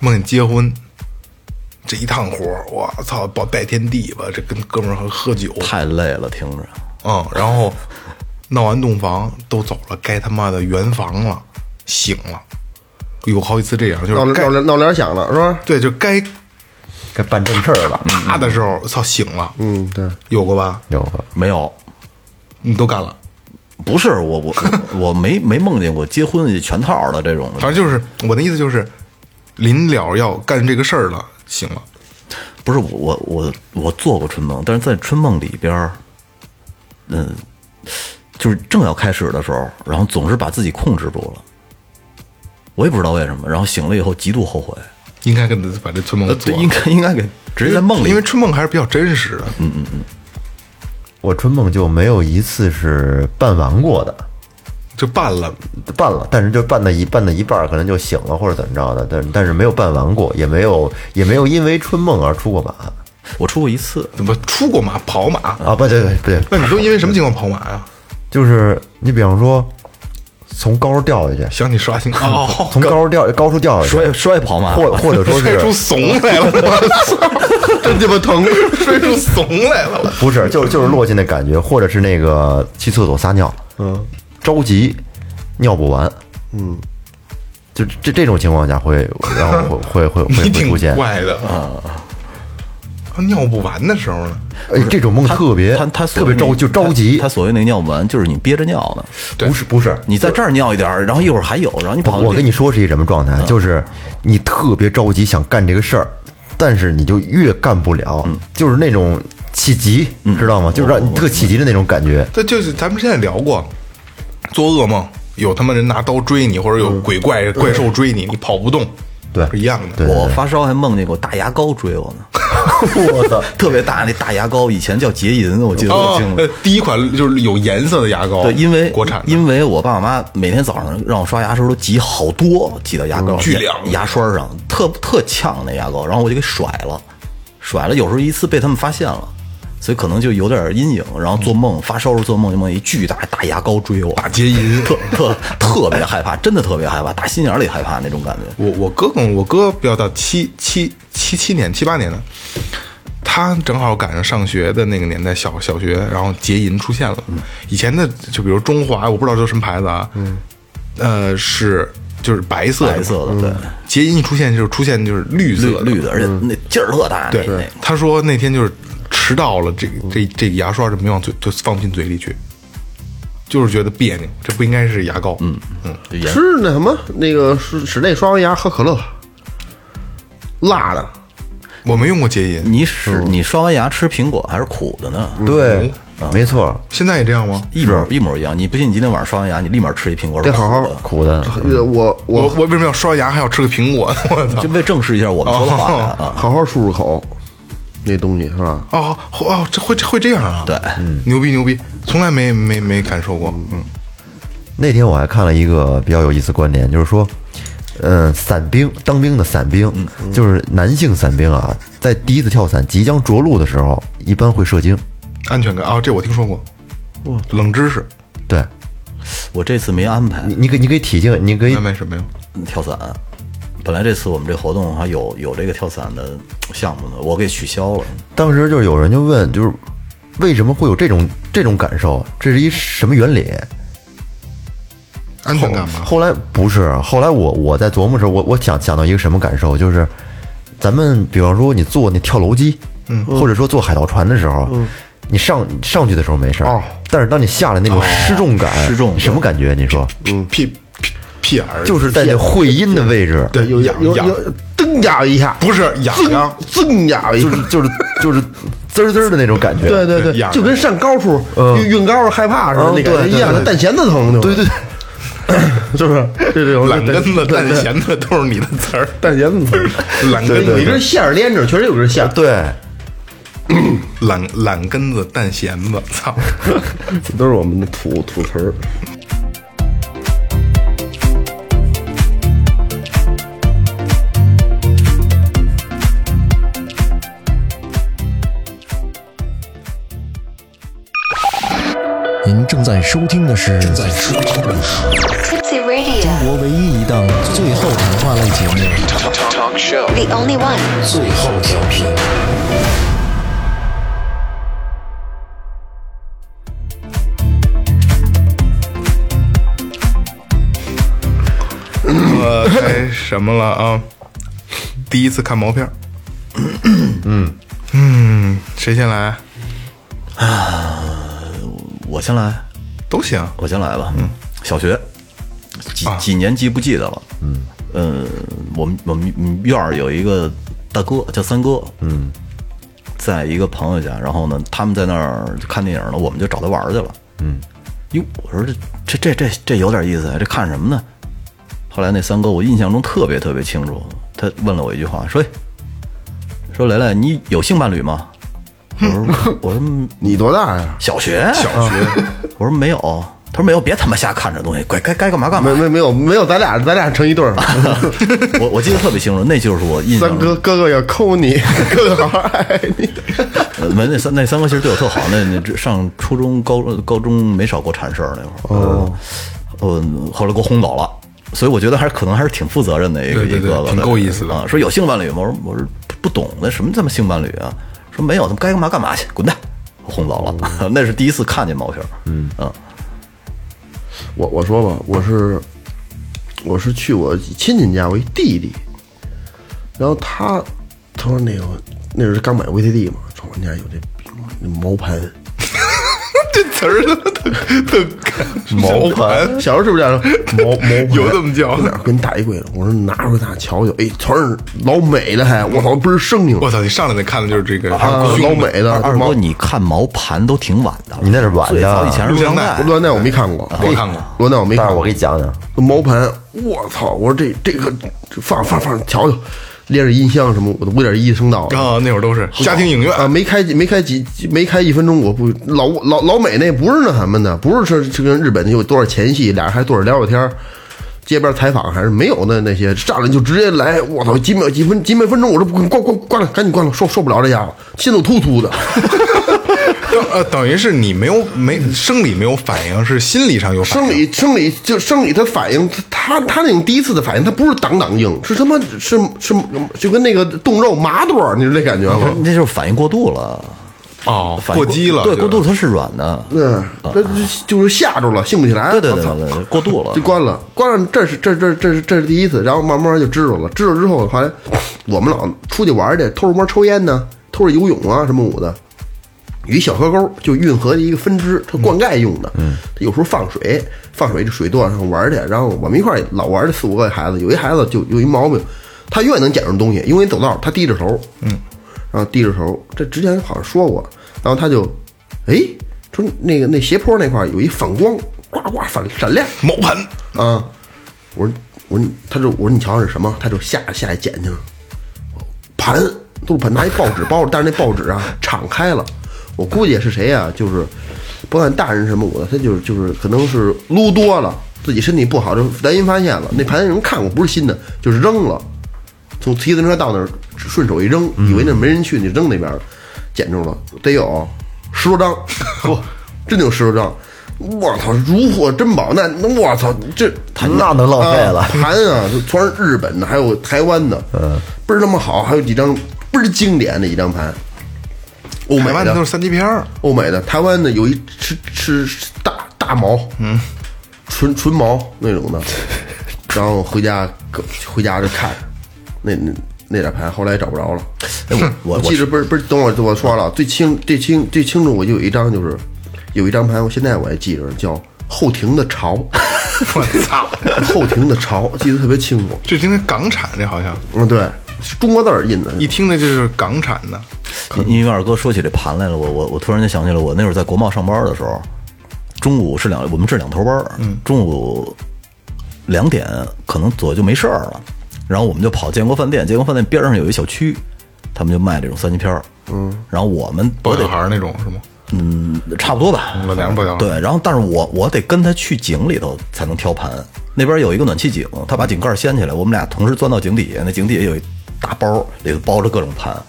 Speaker 3: 梦见结婚，这一趟火，我操，拜拜天地吧，这跟哥们儿喝喝酒，
Speaker 6: 太累了，听着。
Speaker 3: 嗯，然后闹完洞房都走了，该他妈的圆房了，醒了，有好几次这样，就
Speaker 5: 闹
Speaker 3: 是该
Speaker 5: 闹铃闹铃响了是吧？
Speaker 3: 对，就该
Speaker 4: 该办正事儿了。
Speaker 3: 啪的时候，操醒了，
Speaker 5: 嗯，对，
Speaker 3: 有过吧？
Speaker 4: 有
Speaker 6: 没有，
Speaker 3: 你都干了，
Speaker 6: 不是我我我没没梦见过结婚全套的这种的，
Speaker 3: 反正就是我的意思就是，临了要干这个事儿了，醒了，
Speaker 6: 不是我我我我做过春梦，但是在春梦里边儿，嗯，就是正要开始的时候，然后总是把自己控制住了，我也不知道为什么，然后醒了以后极度后悔，
Speaker 3: 应该跟他把这春梦
Speaker 6: 呃，
Speaker 3: 做
Speaker 6: 对，
Speaker 3: 了，
Speaker 6: 应该应该给直接在梦里，
Speaker 3: 因为春梦还是比较真实的，
Speaker 4: 我春梦就没有一次是办完过的，
Speaker 3: 就办了，
Speaker 4: 办了，但是就办到一办到一半儿，可能就醒了或者怎么着的，但但是没有办完过，也没有也没有因为春梦而出过马
Speaker 6: 我出过一次，
Speaker 3: 怎么出过马跑马？
Speaker 4: 啊！不对不对不对，
Speaker 3: 那你都因为什么情况跑马呀？
Speaker 4: 就是你比方说从高处掉下去，
Speaker 3: 想你刷新哦，
Speaker 4: 从高处掉高处掉下去，
Speaker 6: 摔摔跑马，
Speaker 4: 或或者说
Speaker 3: 摔出
Speaker 4: 是
Speaker 3: 怂来了，我操， 真鸡巴疼，摔出怂来了，
Speaker 4: 不是就是就是落下那感觉，或者是那个去厕所撒尿，
Speaker 5: 嗯，
Speaker 4: 着急尿不完，
Speaker 5: 嗯，
Speaker 4: 就这这种情况下会，然后会会会
Speaker 3: 你
Speaker 4: 会会
Speaker 3: 挺
Speaker 4: 出现，
Speaker 3: 怪的啊。尿不完的时候呢，
Speaker 4: 哎，这种梦特别
Speaker 6: 他他所
Speaker 4: 特别
Speaker 6: 谓那
Speaker 4: 着就着急
Speaker 6: 他，所谓那尿不完就是你憋着尿呢，
Speaker 3: 对
Speaker 4: 不是不是，
Speaker 6: 你在这儿尿一点儿，然后一会儿还有，然后你跑
Speaker 4: 我跟
Speaker 6: 你
Speaker 4: 你说是一什么状
Speaker 3: 嗯
Speaker 4: 态，啊就是你特别着急想干这个事儿，但是你就越干不了，
Speaker 3: 嗯
Speaker 4: 就是那种气急，知道吗？就是让你特气急的那种感觉。
Speaker 3: 这就是咱们之前也聊过，做噩梦有他妈人拿刀追你，或者
Speaker 6: 嗯
Speaker 3: 有鬼怪怪兽追你，你跑不动，
Speaker 4: 对
Speaker 3: 是一样的。
Speaker 4: 对
Speaker 6: 我发烧还梦见过大牙膏追我 呢， 我操，特别大那大牙膏，以前叫洁银，我记得
Speaker 3: 哦
Speaker 6: 特清，
Speaker 3: 呃
Speaker 6: 楚。
Speaker 3: 第一款就是有颜色的牙膏，
Speaker 6: 对，因为
Speaker 3: 哦国产的，
Speaker 6: 因为我爸我妈每天早上让我刷牙的时候都挤好多，挤到牙膏、
Speaker 3: 嗯巨
Speaker 6: 牙
Speaker 3: 量
Speaker 6: 牙刷上，特特呛那牙膏，然后我就给甩了，甩了，有时候一次被他们发现了。所以可能就有点阴影，然后做梦发烧时候做梦就梦见一巨大大牙膏追我，
Speaker 3: 打结银。
Speaker 6: 特特特别害怕，真的特别害怕，打心眼里害怕那种感觉。
Speaker 3: 我我哥跟我哥比较大，七七七七年七八年的，他正好赶上上学的那个年代，小小学，然后结银出现了。
Speaker 6: 嗯
Speaker 3: 以前的就比如中华，我不知道叫什么牌子啊，嗯，呃是就是白色的嘛嗯
Speaker 6: 白色的对
Speaker 3: 结银一出现就是出现就是绿色
Speaker 6: 绿
Speaker 3: 的
Speaker 6: 绿的，而且那劲儿特大，那
Speaker 3: 嗯对
Speaker 6: 那，
Speaker 3: 他说那天就是迟到了，这这这个牙刷就没往嘴就放不进嘴里去，就是觉得别扭，这不应该是牙膏，嗯嗯，
Speaker 6: 就严
Speaker 5: 吃那什么那个室室内刷完牙喝可乐，辣的，
Speaker 3: 我没用过结银，
Speaker 6: 你是
Speaker 5: 嗯
Speaker 6: 你刷完牙吃苹果还是苦的呢？
Speaker 3: 嗯
Speaker 4: 对，没错，
Speaker 3: 现在也这样吗？
Speaker 6: 一模一模一样。你不信？你今天晚上刷完牙，你立马吃一苹果，
Speaker 5: 得好好
Speaker 6: 是苦的
Speaker 4: 苦的。
Speaker 5: 呃我
Speaker 3: 我
Speaker 5: 我
Speaker 3: 我为什么要刷牙还要吃个苹果？ 我操
Speaker 6: 就！为证实一下我们说的话呀啊。
Speaker 5: 好好漱漱口，那东西是吧？
Speaker 3: 哦哦哦，这会这会这样啊？
Speaker 6: 对，
Speaker 3: 牛逼牛逼，从来没没没感受过。嗯，
Speaker 4: 那天我还看了一个比较有意思的观点，就是说，嗯，伞兵当兵的伞兵，
Speaker 3: 嗯
Speaker 4: 就是男性伞兵啊，在第一次跳伞即将着陆的时候，一般会射精。
Speaker 3: 安全感啊、这我听说过。哇，冷知识，
Speaker 4: 对
Speaker 6: 我这次没安排
Speaker 4: 你，你可以你可以体现，你可以
Speaker 3: 安排什么呀？
Speaker 6: 跳伞。本来这次我们这活动还有有这个跳伞的项目呢，我给取消了。
Speaker 4: 当时就是有人就问，就是为什么会有这种这种感受？这是一什么原理？
Speaker 3: 安全感吗？
Speaker 4: 后来不是，后来我我在琢磨的时候，我我想想到一个什么感受，就是咱们比方说你坐那跳楼机，嗯，或者说坐海盗船的时候，你上上去的时候没事儿，
Speaker 5: 哦
Speaker 4: 但是当你下来那种失重感，
Speaker 6: 失重
Speaker 4: 什么感觉？你说，
Speaker 3: 屁屁屁眼儿，
Speaker 4: 就是在那会阴的位置，
Speaker 3: 对
Speaker 5: 有
Speaker 3: 痒
Speaker 5: 有有
Speaker 3: 痒
Speaker 5: 有，噔呀一下，
Speaker 3: 不是痒痒，
Speaker 5: 噌呀一下
Speaker 4: 就。是就是就是滋儿滋儿的那种感觉，
Speaker 5: 对对对
Speaker 3: 痒，
Speaker 5: 就跟上高处运运高了害怕似的
Speaker 4: 嗯
Speaker 5: 那感觉
Speaker 4: 对对
Speaker 5: 一样，
Speaker 4: 对
Speaker 5: 跟蛋弦子疼，对对， 是不是？这这种
Speaker 3: 懒根子、
Speaker 5: 对
Speaker 3: 蛋
Speaker 5: 对
Speaker 3: 弦子都是你的词儿。
Speaker 5: 蛋弦子疼，
Speaker 3: 懒根
Speaker 5: 有一
Speaker 3: 子、
Speaker 5: 根线儿连着，确实有根线儿。
Speaker 4: 对
Speaker 3: 懒 懒根子、蛋弦子，操！
Speaker 5: 这都是我们的土土词儿。
Speaker 7: 收听的是正在收听的是
Speaker 8: Tipsy Radio,
Speaker 7: 中国唯一一档最后谈话类节目
Speaker 8: the only one.
Speaker 7: 《最后调频》。
Speaker 3: 呃，该什么了啊？第一次看毛片儿，嗯嗯，谁先来？
Speaker 6: 我先来，
Speaker 3: 都行。
Speaker 6: 我先来吧。嗯，小学几几年级不记得了。嗯，呃，我们我们嗯院儿有一个大哥叫三哥。嗯，在一个朋友家，然后呢，他们在那儿就看电影了，我们就找他玩儿去了。嗯，哟，我说这这这这这有点意思，啊这看什么呢？后来那三哥，我印象中特别特别清楚，他问了我一句话，说：“哎说蕾蕾，你有性伴侣吗？”我说：“我说嗯
Speaker 5: 你多大呀？
Speaker 6: 小学，小学。 我说没有，他说没有，别他妈瞎看这东西，该该该干嘛干嘛
Speaker 5: 没。没没有没有，咱俩咱俩成一对儿。
Speaker 6: 我我记得特别清楚，那就是我印象
Speaker 5: 三
Speaker 6: 中。
Speaker 5: 哥哥哥要抠你，哥哥好好爱你。
Speaker 6: 呃，没那三那三哥其实对我特好，那那这上初中、高高中没少给我铲事儿那会儿。哦，嗯，后来给我轰走了，所以我觉得还是可能还是挺负责任的一个
Speaker 3: 对对对
Speaker 6: 一个哥哥，
Speaker 3: 挺够意思的
Speaker 6: 啊。说有性伴侣吗？我说我说不不懂的，什么他妈性伴侣啊？说没有，他们该干嘛干嘛去，滚蛋！我轰走了， 那是第一次看见毛片儿。嗯啊，
Speaker 5: 我我说吧，我是我是去我亲戚家，我一弟弟，然后他他说那个那时候刚买 VCD 嘛，说我家有这那毛盘，
Speaker 3: 这词儿他妈特特毛盘，
Speaker 5: 小时候是不是这样说？毛毛盘
Speaker 3: 有这么叫
Speaker 5: 哪儿给你打一柜子，我说拿出来大家瞧瞧，哎，全是老美的还，我操，倍儿生硬，
Speaker 3: 我操！你上来那看的就是这个
Speaker 5: 啊
Speaker 3: 胸
Speaker 5: 老
Speaker 3: 的
Speaker 5: 美的
Speaker 6: 二二
Speaker 5: 毛
Speaker 6: 哥，你看毛盘都挺晚的了，
Speaker 4: 你那是晚的哎
Speaker 6: 最早以前是
Speaker 3: 录
Speaker 6: 录
Speaker 3: 像
Speaker 6: 像
Speaker 3: 带
Speaker 6: 带。
Speaker 5: 罗丹带我没看过，
Speaker 3: 我看过
Speaker 5: 罗丹我没看
Speaker 4: 但是
Speaker 5: 过，
Speaker 4: 我给你讲讲，
Speaker 5: 毛盘，我操！我说这这个这放放放，瞧瞧，连着音箱什么，我都有点意声道了
Speaker 3: 啊，那会儿都是家庭影院，
Speaker 5: 啊！没开几没开几几没开一分钟，我不老老老美那不是那什么的，不是说这跟日本有多少前戏，俩人还多少聊聊天儿街边采访还是没有的那些，上来就直接来，我操！几秒几分几秒分钟，我这不关关关了，赶紧关了，受受不了这家伙，心都突突的。
Speaker 3: 呃，等于是你没有没生理没有反应，是心理上有反
Speaker 5: 生
Speaker 3: 应。
Speaker 5: 理生理就生理，他反应他他那种第一次的反应，他不是挡挡硬，是他妈是是就跟那个冻肉麻段儿，你知道这感觉吗？
Speaker 6: 那就是反应过度了，
Speaker 3: 哦，
Speaker 6: 反应
Speaker 3: 过激了，
Speaker 6: 对，
Speaker 3: 就
Speaker 6: 过度它是软的，
Speaker 5: 嗯，那就就是吓着了，兴不起来，
Speaker 6: 对对
Speaker 5: 我
Speaker 6: 对
Speaker 5: 操
Speaker 6: 对对， 过度了
Speaker 5: 就。关了，关了，这是这这这是这是第一次，然后慢慢就知道了，知道之后，后来我们老出去玩儿去，偷着摸抽烟呢，偷着游泳啊什么舞的，有一小河沟，就运河的一个分支，它灌溉用的。嗯，它有时候放水，放水这水垛上玩儿去，然后我们一块儿老玩儿这四五个孩子，有一孩子就有一毛病，他永远能捡着东西，因为走道儿他低着头，嗯，然后低着头，这之前好像说过，然后他就，哎，说那个那斜坡那块儿有一反光，呱呱反闪亮，
Speaker 3: 毛盘，
Speaker 5: 啊，我说我说你，他就我说你瞧瞧是什么？他就下下来捡去了，盘都是盘，拿一报纸包着，但是那报纸啊敞开了，我估计也是谁呀、就是甭管大人什么我的，他就是就是可能是撸多了，自己身体不好就良心发现了，那盘有人看过不是新的，就是扔了，从骑自行车到那儿顺手一扔，
Speaker 4: 嗯
Speaker 5: 以为那没人去，你扔那边了，捡着了，得有十 多张，嚯，真得有十多张。我操，如获珍宝！那那我操，这
Speaker 4: 那能浪费了
Speaker 5: 啊盘啊，就全是日本的，还有台湾的，嗯，倍儿他妈好，还有几张倍儿经典的一张盘，欧美
Speaker 3: 台湾的
Speaker 5: 的
Speaker 3: 都是三级片 儿，
Speaker 5: 欧美的，台湾的有一吃吃吃大大毛，嗯，纯纯毛那种 的，然后回家回家就看那那那点盘，后来也找不着了。
Speaker 6: 哎我我
Speaker 5: 记着不是不是，等会儿我说了，最清最清最清楚，我就有一张就是有一张盘，我现在我还记着，叫《后庭的 潮》，
Speaker 3: 我操！
Speaker 5: 后庭的潮记得特别清楚。
Speaker 3: 这应该港产，这好像
Speaker 5: 嗯，对，是中国字儿印的，
Speaker 3: 一听这就是港产的。
Speaker 6: 因因为二哥说起这盘来了，我我我突然间想起来，我那会儿在国贸上班的时候，中午是两我们是两头班儿，
Speaker 3: 嗯
Speaker 6: 中午两点可能左右就没事儿了，然后我们就跑建国饭店，建国饭店边上有一小区，他们就卖这种三级片儿，嗯，然后我们
Speaker 3: 抱
Speaker 6: 我得
Speaker 3: 小孩儿那种是吗？
Speaker 6: 差不多吧，
Speaker 3: 老娘们儿
Speaker 5: 啊
Speaker 3: 抱小孩儿
Speaker 6: 对，然后但是我我得跟他去井里头才能挑盘，那边有一个暖气井，他把井盖掀起来，我们俩同时钻到井底下，那井底下有一大包，里头包着各种盘，啊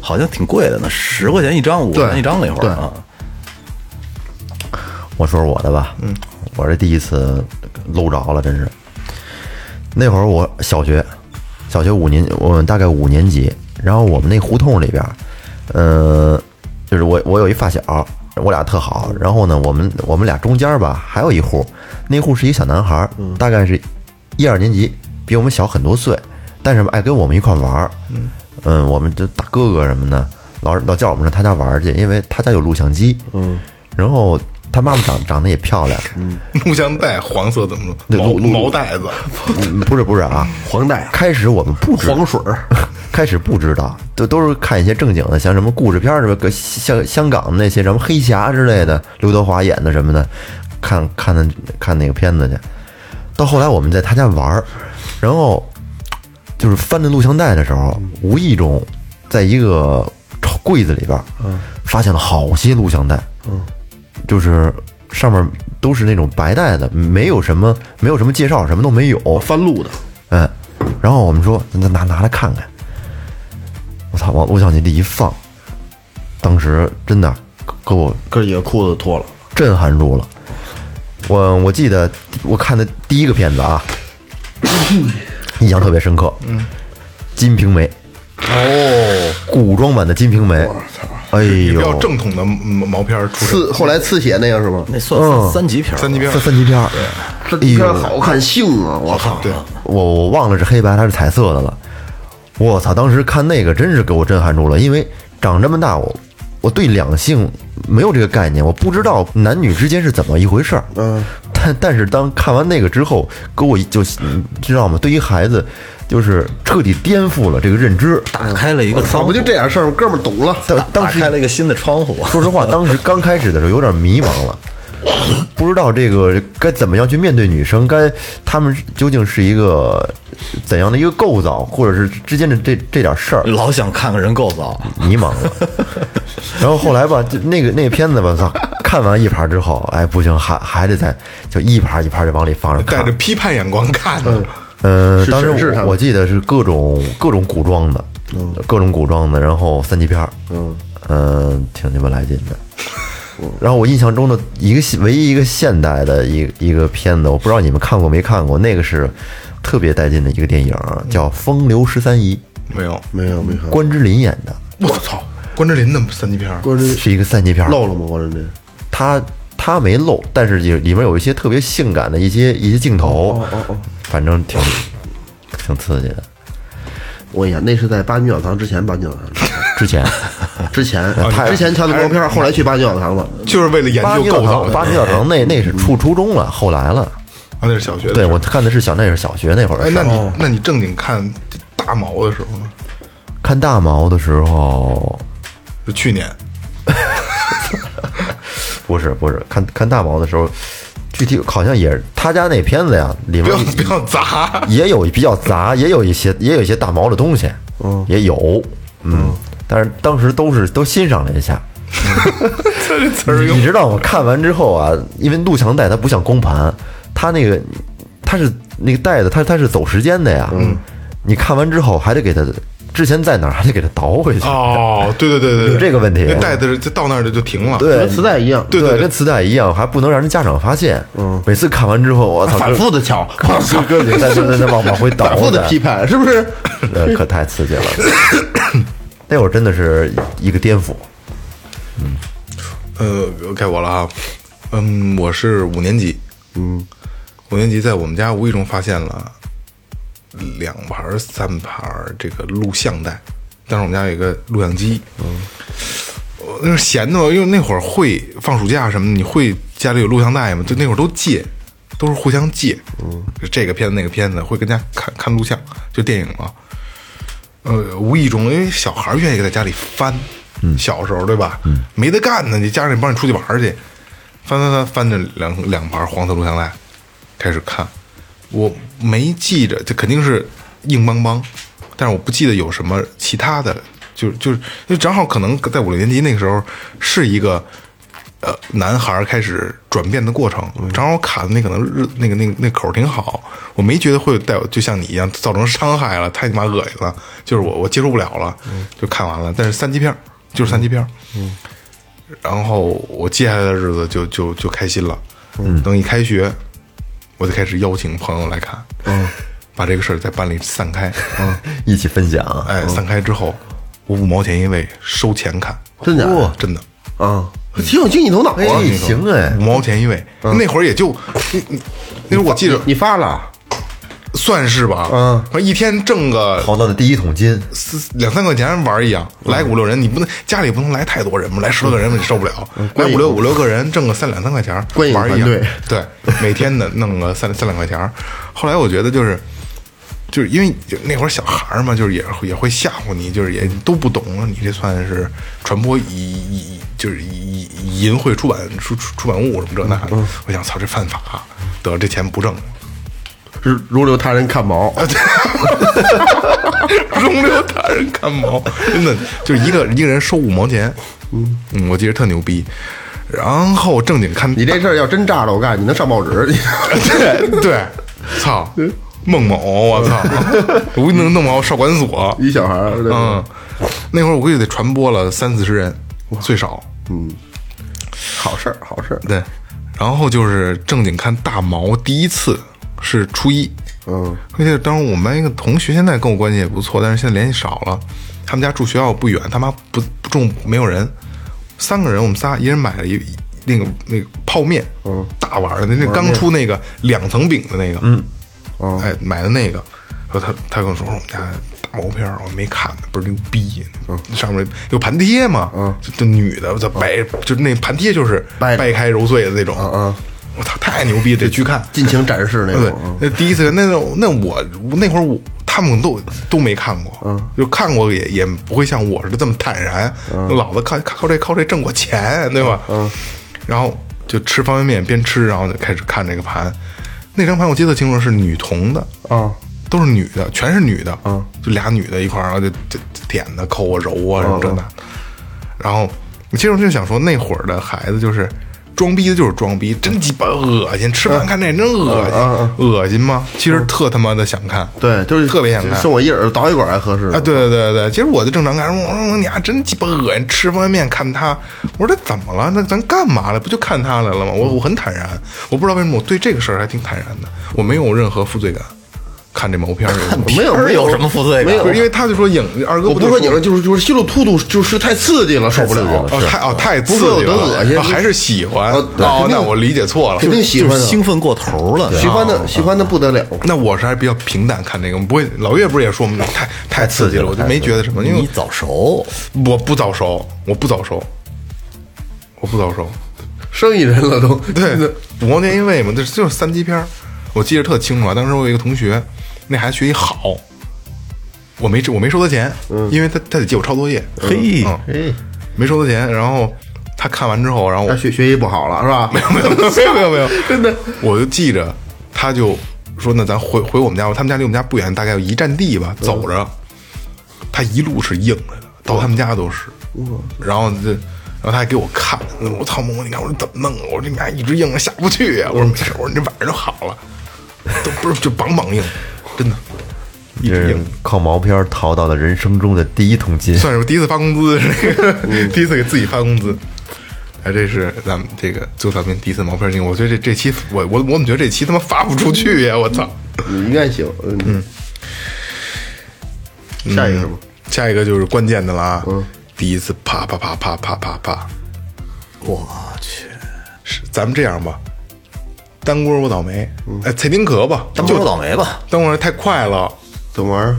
Speaker 6: 好像挺贵的呢，十块钱一张，五块钱一张那会
Speaker 5: 对
Speaker 6: 儿啊，
Speaker 4: 我说说我的吧，嗯，我这第一次搂着了，真是。那会儿我小学，小学五年，我大概五年级，然后我们那胡同里边儿，呃，就是我我有一发小，我俩特好，然后呢，我们我们俩中间儿吧还有一户，那户是一小男孩儿，大概是一二年级，比我们小很多岁，但是吧哎爱跟我们一块儿玩儿，嗯，我们就大哥哥什么的，老老叫我们上他家玩儿去，因为他家有录像机，嗯，然后他妈妈长长得也漂亮，
Speaker 3: 录像带黄色怎么
Speaker 4: 对
Speaker 3: 着？毛
Speaker 4: 录录
Speaker 3: 毛带子，
Speaker 4: 嗯不是不是啊，
Speaker 5: 黄带
Speaker 4: 开始我们不知
Speaker 5: 黄水儿，
Speaker 4: 开始不知道，都都是看一些正经的，像什么故事片儿什么，个香香港那些什么黑侠之类的，刘德华演的什么的，看看那看那个片子去。到后来我们在他家玩儿，然后就是翻着录像带的时候，无意中在一个柜子里边儿，发现了好些录像带，就是上面都是那种白带的，没有什么没有什么介绍，什么都没有，
Speaker 5: 翻录的，
Speaker 4: 嗯，然后我们说拿拿拿来看看，我操，往录像机里一放，当时真的给我
Speaker 5: 哥几个裤子脱了，
Speaker 4: 震撼住了。我我记得我看的第一个片子啊，印象特别深刻，《金瓶梅》哦，古装版的《金瓶梅》，哎
Speaker 3: 比较
Speaker 4: 呦，
Speaker 3: 正统的毛毛片儿出身。
Speaker 5: 刺后来刺血那个是吗？
Speaker 6: 那算
Speaker 4: 嗯
Speaker 6: 三级片儿吧，
Speaker 3: 三级片儿
Speaker 4: 三，三级片儿，
Speaker 5: 这
Speaker 4: 哎呦
Speaker 5: 片好看性啊！我操，
Speaker 3: 对，
Speaker 4: 我我忘了是黑白还是彩色的了。我操！当时看那个真是给我震撼住了，因为长这么大，我我对两性没有这个概念，我不知道男女之间是怎么一回事儿。嗯，但但是当看完那个之后，给我一就嗯知道吗？对于孩子，就是彻底颠覆了这个认知。
Speaker 6: 打开了一个窗
Speaker 5: 操，
Speaker 6: 户，
Speaker 5: 不嗯就这点事儿吗？哥们儿懂了，
Speaker 4: 当当
Speaker 6: 打
Speaker 4: 时
Speaker 6: 开了一个新的窗户。
Speaker 4: 说实话，当时刚开始的时候有点迷茫了，不知道这个该怎么样去面对女生，该她们究竟是一个怎样的一个构造，或者是之间的这这点事儿，
Speaker 6: 老想看看人构造，
Speaker 4: 迷茫了。然后后来吧，就那个那个片子吧，操，看完一盘之后，哎，不行，还还得再就一盘一盘的往里放着
Speaker 3: 带
Speaker 4: 看
Speaker 3: 着。批判眼光看的，
Speaker 4: 呃，
Speaker 5: 是
Speaker 4: 当时
Speaker 5: 是是他
Speaker 4: 我
Speaker 5: 们嗯
Speaker 4: 我记得是各种各种古装的，各种古装的，然后三级片儿，嗯，挺鸡巴来劲 的。
Speaker 5: 嗯
Speaker 4: 然后我印象中的一个现唯一一个现代的一个一个片子，我不知道你们看过没看过，那个是特别带劲的一个电影，
Speaker 5: 嗯
Speaker 4: 叫《风流十三姨
Speaker 3: 没有。
Speaker 5: 没有没》，看，
Speaker 4: 关之琳演的，
Speaker 3: 我操，关之琳的三级片儿，
Speaker 5: 关之
Speaker 4: 是一个三级片儿，
Speaker 5: 嗯漏了吗？关之琳，
Speaker 4: 他他没露，但是里里面有一些特别性感的一些一些镜
Speaker 5: 哦
Speaker 4: 头，反正挺挺刺激的。
Speaker 5: 我呀，那是在八女澡堂之前，八女 澡堂
Speaker 4: 之前
Speaker 5: 之前，之前挑的毛片儿，后来去八女澡堂了。
Speaker 3: 就是为了研
Speaker 4: 八
Speaker 3: 究
Speaker 4: 米
Speaker 3: 构
Speaker 4: 教
Speaker 3: 造
Speaker 4: 堂，
Speaker 3: 的。
Speaker 4: 八米教堂那那是初初中了，后来了。
Speaker 3: 啊，那是小学的。
Speaker 4: 对，我看的是小那是小学那会儿
Speaker 3: 哎
Speaker 4: 的，事
Speaker 3: 那
Speaker 4: 儿。
Speaker 3: 你那你正经看大毛的时候呢？
Speaker 4: 看大毛的时候，
Speaker 3: 就去年，
Speaker 4: 不是不是看看大毛的时候，具体好像也是他家那片子呀，里
Speaker 3: 不
Speaker 4: 面
Speaker 3: 要不要 砸。
Speaker 4: 也有比较杂，也有一些也有一些大毛的东西，嗯，也有，嗯，但是当时都是都欣赏了一下，
Speaker 3: 这词儿
Speaker 4: 你
Speaker 3: 用
Speaker 4: 你知道我看完之后啊，因为录像带它不像光盘，它那个它是那个带子，它它是走时间的呀。嗯，你看完之后还得给它之前在哪儿还得给它倒回去。
Speaker 3: 哦，对对对对，对
Speaker 4: 有这个问题
Speaker 3: 那带子就到那儿就就停了。，
Speaker 4: 对
Speaker 5: 跟磁带一样，
Speaker 3: 对对对
Speaker 4: 跟磁带一样，还不能让人家长发现。嗯，每次看完之后，我操，
Speaker 5: 反复的瞧，
Speaker 6: 嗯
Speaker 4: 哥哥你在在在在往往回倒，
Speaker 5: 反复的批判，是不是？
Speaker 4: 呃，可太刺激了。那会儿真的是一个颠覆，
Speaker 3: 呃，该我了啊。嗯，我是五年级，嗯，五年级在我们家无意中发现了两盘儿、三盘儿这个录像带，当时我们家有一个录像机，嗯，我那时候闲的嘛，因为那会儿会放暑假什么的，你会家里有录像带吗？就那会儿都借，都是互相借，嗯，这个片子那个片子会跟家看看录像，就电影嘛。呃，无意中，因为小孩儿愿意在家里翻，小时候对吧？没得干呢，你家长也帮你出去玩儿去，翻翻翻翻着两两盘黄色录像带，开始看。我没记着，这肯定是硬邦邦，但是我不记得有什么其他的了，就就是就正好可能在五六年级那个时候是一个。呃，男孩儿开始转变的过程，正好卡的那可能日那个那个那口儿挺好，我没觉得会带我就像你一样造成伤害了，太他妈恶心了，就是我我接受不了了，就看完了。但是三级片儿就是三级片儿，然后我接下来的日子就就就开心了。嗯，等一开学，我就开始邀请朋友来看，嗯，把这个事儿在班里散开，嗯，
Speaker 4: 一起分享啊，
Speaker 3: 哎，散开之后，我五毛钱一位收钱看，
Speaker 5: 真假的
Speaker 3: 哇真的。
Speaker 5: 啊，挺有经济头脑啊，
Speaker 4: 哎行哎
Speaker 3: 五，毛钱一位，那会儿也就，你你那会儿我记得
Speaker 5: 你发了，
Speaker 3: 算是吧，嗯，一天挣个
Speaker 4: 淘到的第一桶金，
Speaker 3: 四两三块钱玩一样，来五六人，你不能家里不能来太多人嘛，来十多个人你受不了，来五六五六个人挣个三两三块钱
Speaker 5: 观影
Speaker 3: 玩一样
Speaker 5: 团队，
Speaker 3: 对，每天的弄个三三两块钱。后来我觉得就是。就是因为那会儿小孩儿嘛，就是也会也会吓唬你，就是也都不懂，你这算是传播淫就是淫淫秽出版出出出版物什么这那的。我想操，这犯法，得这钱不挣，
Speaker 5: 是如留他人看毛，
Speaker 3: 容留他人看毛，真的就是一个一个人收五毛钱，嗯我记得特牛逼。然后正经看
Speaker 5: 你这事儿要真炸了，我告诉你，你能上报纸。
Speaker 3: 对对，操，孟某，我操，我弄弄毛少管所，
Speaker 5: 一小孩儿，对
Speaker 3: 嗯，那会儿我估计得传播了三四十人，最少，
Speaker 5: 好事儿，好事儿。
Speaker 3: 对，然后就是正经看大毛，第一次是初一，嗯，而且当时我们班一个同学现在跟我关系也不错，但是现在联系少了。他们家住学校不远，他妈不不种没有人，三个人我们仨一人买了一那个那个泡面，嗯，大碗儿的那刚出那个两层饼的那个，嗯，哎买的那个，然后他他跟我说说我们家大毛片儿我没看呢，倍儿牛逼，上面有盘贴嘛，嗯，就就女的在掰，就那盘贴就是
Speaker 5: 掰
Speaker 3: 掰
Speaker 5: 着
Speaker 3: 开揉碎的那种，嗯，我操太牛逼，得去看，
Speaker 5: 尽情展示那
Speaker 3: 对
Speaker 5: 种，嗯，
Speaker 3: 那第一次那那那我那会儿我他们都都没看过，
Speaker 5: 嗯
Speaker 3: 就看过也也不会像我似的这么坦然。
Speaker 5: 嗯
Speaker 3: 老子靠靠这靠这挣过钱，对吧？然后就吃方便面边吃，然后就开始看这个盘。那张盘我记得清楚是女童的
Speaker 5: 啊，
Speaker 3: 都是女的，全是女的，
Speaker 5: 嗯
Speaker 3: 就俩女的一块儿，然后就就就点的抠啊揉啊什
Speaker 5: 嗯
Speaker 3: 么这那的。然后你其实我就想说，那会儿的孩子就是装逼的，就是装逼，真鸡巴恶心！吃饭看这真恶心，恶心吗？其实特他妈的想看，
Speaker 5: 对，就是
Speaker 3: 特别想看。
Speaker 5: 送我一耳导一管还合适
Speaker 3: 啊，对对对对，其实我就正常看，我说你丫真鸡巴恶心，吃方便面看他，我说这怎么了？那咱干嘛了？不就看他来了吗？我我很坦然，我不知道为什么我对这个事儿还挺坦然的，我没有任何负罪感。看这毛片儿有什么，
Speaker 5: 没有
Speaker 6: 片儿
Speaker 5: 没
Speaker 6: 有什么负罪感啊
Speaker 5: 没有
Speaker 3: 不，是因为他就说影二哥
Speaker 5: 我
Speaker 3: 不
Speaker 5: 不
Speaker 3: 就是
Speaker 5: 说你了，就是就是吸入突突，就是太刺激了，受不了。
Speaker 3: 哦，太哦太
Speaker 5: 不
Speaker 3: 刺
Speaker 5: 是有
Speaker 3: 激
Speaker 5: 多
Speaker 3: 了，
Speaker 5: 恶心
Speaker 3: 哦还是喜欢
Speaker 5: 哦对
Speaker 3: 哦
Speaker 5: 肯？定
Speaker 3: 那我理解错了，
Speaker 5: 肯定喜
Speaker 6: 就
Speaker 5: 欢
Speaker 6: 是
Speaker 5: 的，
Speaker 6: 兴奋过头了，啊
Speaker 5: 喜欢的，喜欢的不得了。
Speaker 3: 那我是还是比较平淡看这个，不会。老岳不是也说我们太太刺激了，我就没觉得什么，因为
Speaker 6: 啊你早熟，
Speaker 3: 我不早熟，我不早熟，我不早熟。
Speaker 5: 生意人了都，
Speaker 3: 对，五毛钱一位嘛，这就是三级片儿，我记得特清楚啊。当时我有一个同学，那孩子学习好，我没我没收他钱，
Speaker 5: 嗯
Speaker 3: 因为他他得借我抄作业，
Speaker 6: 嘿，
Speaker 3: 嗯，没收他钱。然后他看完之后，然后我
Speaker 5: 那学学习不好了是吧？没有
Speaker 3: 没有没有没有没有， 真的，我就记着，他就说那咱回回我们家吧，他们家离我们家不远，大概有一站地吧，走着，他一路是硬着的，到他们家都是，然后这。然后他还给我看，我操蒙哥，你看我这怎么弄啊？我说你还一直硬着下不去啊呀、我说没事，我说你这晚上就好了，都不是就梆梆硬，真的，一
Speaker 4: 这
Speaker 3: 直
Speaker 4: 是
Speaker 3: 硬，
Speaker 4: 靠毛片儿淘到的人生中的第一桶金，
Speaker 3: 算是我第一次发工资，这个
Speaker 6: 嗯
Speaker 3: 第一次给自己发工资。哎，这是咱们这个周小斌第一次毛片经历。我觉得这这期我我我怎么觉得这期他妈发不出去呀？我操！
Speaker 5: 你应该行，嗯。下一个是吗？
Speaker 3: 下一个就是关键的了啊！
Speaker 6: 嗯
Speaker 3: 第一次啪啪啪啪啪啪啪，
Speaker 6: 我去，
Speaker 3: 是咱们这样吧，单锅我倒霉，哎，蔡丁壳吧，
Speaker 6: 当
Speaker 3: 就
Speaker 6: 嗯我倒霉吧，
Speaker 3: 单锅太快了，
Speaker 5: 怎么玩儿？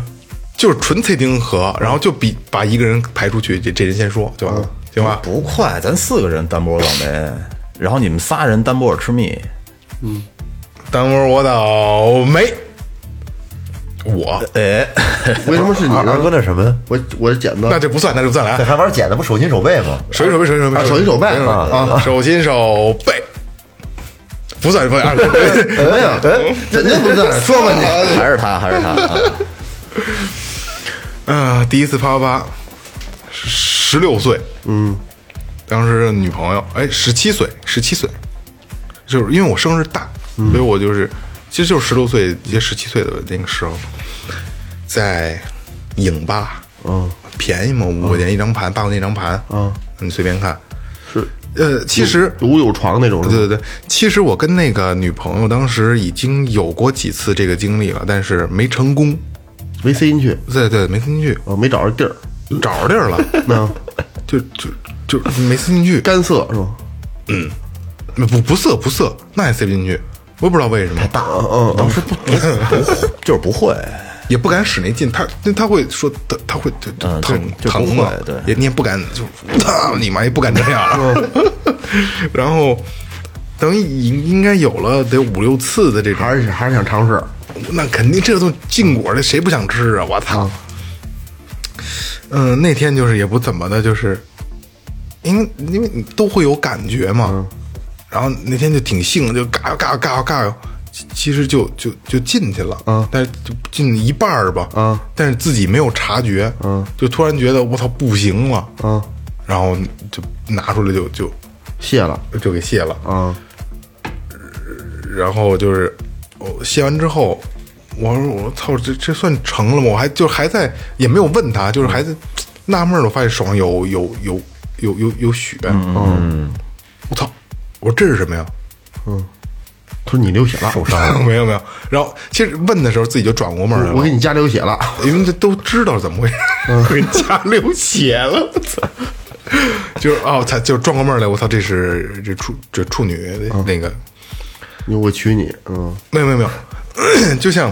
Speaker 3: 就是纯蔡丁壳，然后就比把一个人排出去，这这人先说就完了，
Speaker 6: 嗯
Speaker 3: 行吧？
Speaker 6: 不快，咱四个人单波倒霉，然后你们仨人单波尔吃蜜，
Speaker 3: 单锅我倒霉，我
Speaker 6: 哎，
Speaker 5: 为什么是你
Speaker 4: 二二哥
Speaker 5: 呢？
Speaker 4: 那什么呀？
Speaker 5: 我我是剪子
Speaker 3: 那，这不算，那就不 算来啊
Speaker 4: 这。还玩剪子，不手心手背 吗？
Speaker 3: 手心手背，手心手背，
Speaker 5: 啊手心手背
Speaker 3: 心
Speaker 5: 啊
Speaker 3: 手心手背，不算不算二哥，
Speaker 5: 哎呀，人家不在，说 吧你。
Speaker 6: 还是他，还是他， 啊
Speaker 3: 啊，第一次啪啪啪，十六岁，嗯，当时女朋友，哎，十七岁，十七岁，就是因为我生日大，所以我就是其实就是十六岁接十七岁的那个时候，在影吧，嗯，便宜嘛，五块钱一张盘，八块钱一张盘，嗯，你随便看，
Speaker 5: 是
Speaker 3: 呃，其实
Speaker 5: 五柳床那种是吧，
Speaker 3: 对对对，其实我跟那个女朋友当时已经有过几次这个经历了，但是没成功。
Speaker 5: 没塞进去，
Speaker 3: 对对，没塞进去，
Speaker 5: 啊，没找着地儿，
Speaker 3: 找着地儿了，
Speaker 5: 那
Speaker 3: 就就就没塞进去，
Speaker 5: 干涩是吧？
Speaker 3: 不不涩不涩，那也塞不进去，我也不知道为什么，
Speaker 6: 大，嗯，当时不不不就是不会，
Speaker 3: 也不敢使那劲，他那他会说他他会就就
Speaker 6: 嗯
Speaker 3: 疼
Speaker 6: 就就不
Speaker 3: 疼嘛
Speaker 6: 会，对
Speaker 3: 也你也不敢就 操你妈也不敢这样，
Speaker 6: 嗯
Speaker 3: 然后等应应该有了得五六次的这种，
Speaker 5: 还是还是想尝试，
Speaker 3: 那肯定这都禁果的，谁不想吃啊？我操！嗯、那天就是也不怎么的，就是因为因为你都会有感觉嘛，
Speaker 5: 嗯
Speaker 3: 然后那天就挺兴，就嘎悠嘎悠嘎悠嘎悠，其其实就就就进去了，
Speaker 5: 嗯
Speaker 3: 但是就进一半儿吧，
Speaker 5: 嗯
Speaker 3: 但是自己没有察觉，
Speaker 5: 嗯
Speaker 3: 就突然觉得我操不行了，
Speaker 5: 嗯，
Speaker 3: 然后就拿出来就就
Speaker 5: 谢了，
Speaker 3: 就给卸了，
Speaker 5: 啊，
Speaker 3: 然后就是我卸完之后，我说我操，这这算成了吗？我还就还在也没有问他，就是还在纳闷儿，我发现手上有有有有有有血，嗯，我操，我说这是什么呀？
Speaker 5: 他说你流血了，
Speaker 3: 受伤了？ 没有没有。然后其实问的时候自己就转过味儿来
Speaker 5: 我给
Speaker 3: 了，
Speaker 5: 你加流血了，
Speaker 3: 因为这都知道怎么回事， 我给家流血了，我 操！就是哦，他就转过味儿来，我操，这是这处这处女那个。
Speaker 5: 因为我娶你，嗯，
Speaker 3: 没有没有没有， 就像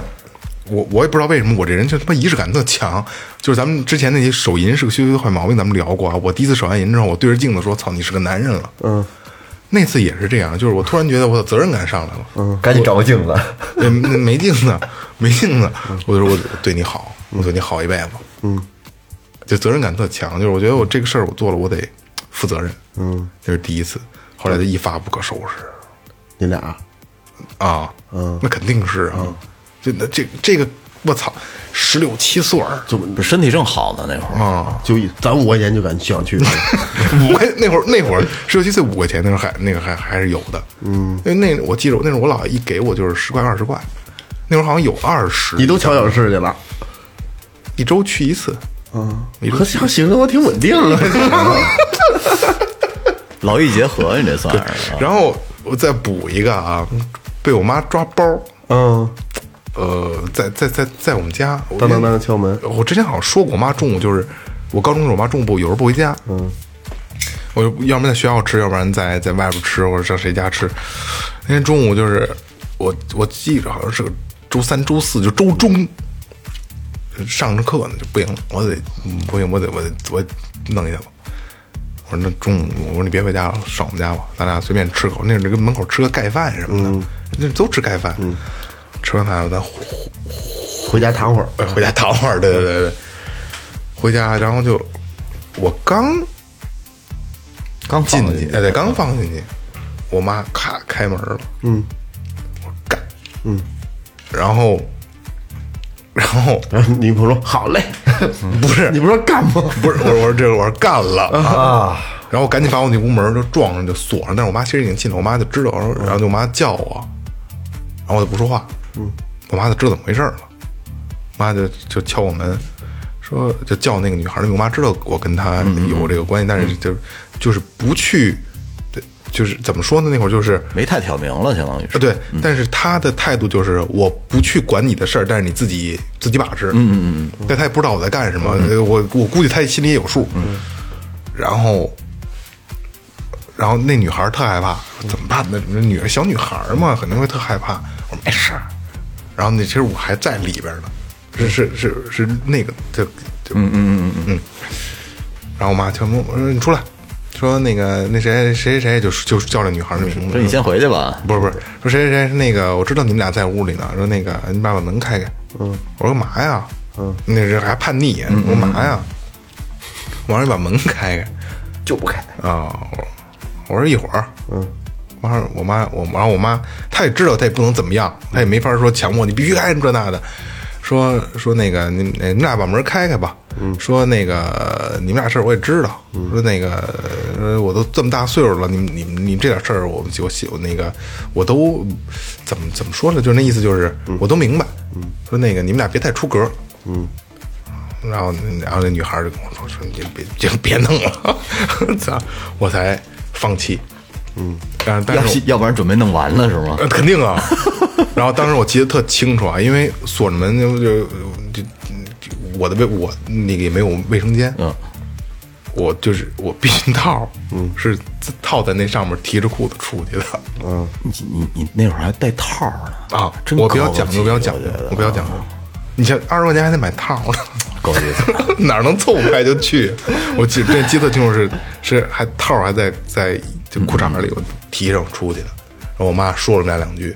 Speaker 3: 我我也不知道为什么我这人就他妈仪式感特强，就是咱们之前那些手淫是个羞羞的坏毛病，咱们聊过啊。我第一次手完淫之后，我对着镜子说：“操，你是个男人了。”嗯，那次也是这样，就是我突然觉得我的责任感上来了。嗯，
Speaker 4: 赶紧找个镜子，
Speaker 3: 没嗯没镜子，没镜子，我就说我对你好，我对你好一辈子。嗯，就责任感特强，就是我觉得我这个事儿我做了，我得负责任。嗯，这是第一次，后来就一发不可收拾。
Speaker 5: 你俩
Speaker 3: 啊，嗯，那肯定是啊，这那这这个我操，十六七岁儿
Speaker 6: 不是身体正好呢那会儿，
Speaker 3: 啊，
Speaker 5: 就一攒五块钱就敢想 去，
Speaker 3: 五块那会儿那会儿十六七岁五块钱那会儿还那个还还是有的，嗯，因为那我记着那时候我姥爷一给我就是十块二十块，那会儿好像有二十，
Speaker 5: 你都瞧小事去了，
Speaker 3: 一周去一次，嗯，一周
Speaker 5: 可
Speaker 3: 去
Speaker 5: 行行，我挺稳定啊的，
Speaker 6: 劳逸结合，你这算是啊
Speaker 3: 然后我再补一个啊，被我妈抓包儿，
Speaker 5: 嗯，
Speaker 3: 呃，在在在在我们家，我
Speaker 5: 当当当敲门，
Speaker 3: 我之前好像说过，我妈中午就是我高中的时候，我妈中午不有时候不回家，嗯，我就要不然在学校吃，要不然在在外边吃，或者上谁家吃。那天中午就是我我记着好像是个周三、周四，就周中上着课呢，就不行了，我得嗯不行，我得我得我得弄一下吧。我说那中午，我说你别回家了，上我们家吧，咱俩随便吃口。那这个门口吃个盖饭什么的，那都吃盖饭。吃完饭咱
Speaker 5: 回家 躺会儿，
Speaker 3: 哎回家躺会儿，对对对对，回家，然后就我刚
Speaker 6: 刚
Speaker 3: 进
Speaker 6: 放进
Speaker 3: 去，
Speaker 6: 去
Speaker 3: 哎，对，刚放进去，我妈咔开门了，嗯，我说干，嗯，然后，然后
Speaker 5: 然后女朋嗯友说好嘞，
Speaker 3: 不 是
Speaker 5: 嗯你不是说干吗？
Speaker 3: 不是，我说我说这个我说干了啊，然后我赶紧把我那屋门就撞上就锁上，但是我妈其实已经进来，我妈就知道，然后然后就我妈叫我，然后我就不说话，嗯，我妈就知道怎么回事了，我妈就就敲我门，说就叫那个女孩，因为我妈知道我跟她有这个关系，但是就就是不去，就是怎么说呢？那会儿就是。
Speaker 6: 没太挑明了，相当于
Speaker 3: 啊，
Speaker 6: 是
Speaker 3: 对，但是他的态度就是我不去管你的事儿，但是你自己自己把持。嗯嗯嗯。但他也不知道我在干什么，呃我我估计他心里也有数。嗯。然后，然后那女孩儿特害怕，说怎么办呢？那女小女孩儿嘛，肯定会特害怕。我说没事儿。然后那其实我还在里边儿呢，是是是是那个就就嗯嗯嗯嗯嗯。然后我妈就问我说你出来，说那个那谁谁谁谁就就叫这女孩儿的名字
Speaker 6: 说。你先回去吧，
Speaker 3: 不是不是，说谁谁谁那个，我知道你们俩在屋里呢。说那个，你把把门开开。嗯，我说干嘛呀？嗯，那人还叛逆，我说干嘛呀？我让你把门开开。
Speaker 4: 就不开。
Speaker 3: 啊、我我说一会儿，嗯，完事儿我妈我然后我妈她也知道她也不能怎么样，她也没法说强迫你必须开这那的，说说那个你你们俩把门开开吧，嗯，说那个你们俩事儿我也知道，说那个呃我都这么大岁数了，你们你们你们这点事儿我我我那个我都怎么怎么说呢？就是那意思就是我都明白，嗯，说那个你们俩别太出格，然 后然后那女孩儿就跟我说说你别就别弄了，操！我才放弃，嗯，啊，但
Speaker 6: 要
Speaker 3: 是
Speaker 6: 要不然准备弄完了是吗？
Speaker 3: 呃，肯定啊。 然后当时我记得特清楚啊，因为锁着门就就就就我的卫我那个也没有卫生间，
Speaker 6: 嗯，
Speaker 3: 我就是我避孕套，嗯，是自套在那上面提着裤子出去的
Speaker 6: 你你你那会儿还带套呢
Speaker 3: 啊。
Speaker 6: 嗯真
Speaker 3: 我比较
Speaker 6: 高
Speaker 3: 讲
Speaker 6: 级
Speaker 3: 究，比较讲究
Speaker 6: 觉得，啊
Speaker 3: 我比较讲究。你像二十块钱还得买套呢，
Speaker 6: 高级。
Speaker 3: 哪儿能凑合开就去？我记这记得清楚是是还套儿还在在就裤衩里，我提着我出去的。然后我妈说了我们俩两句，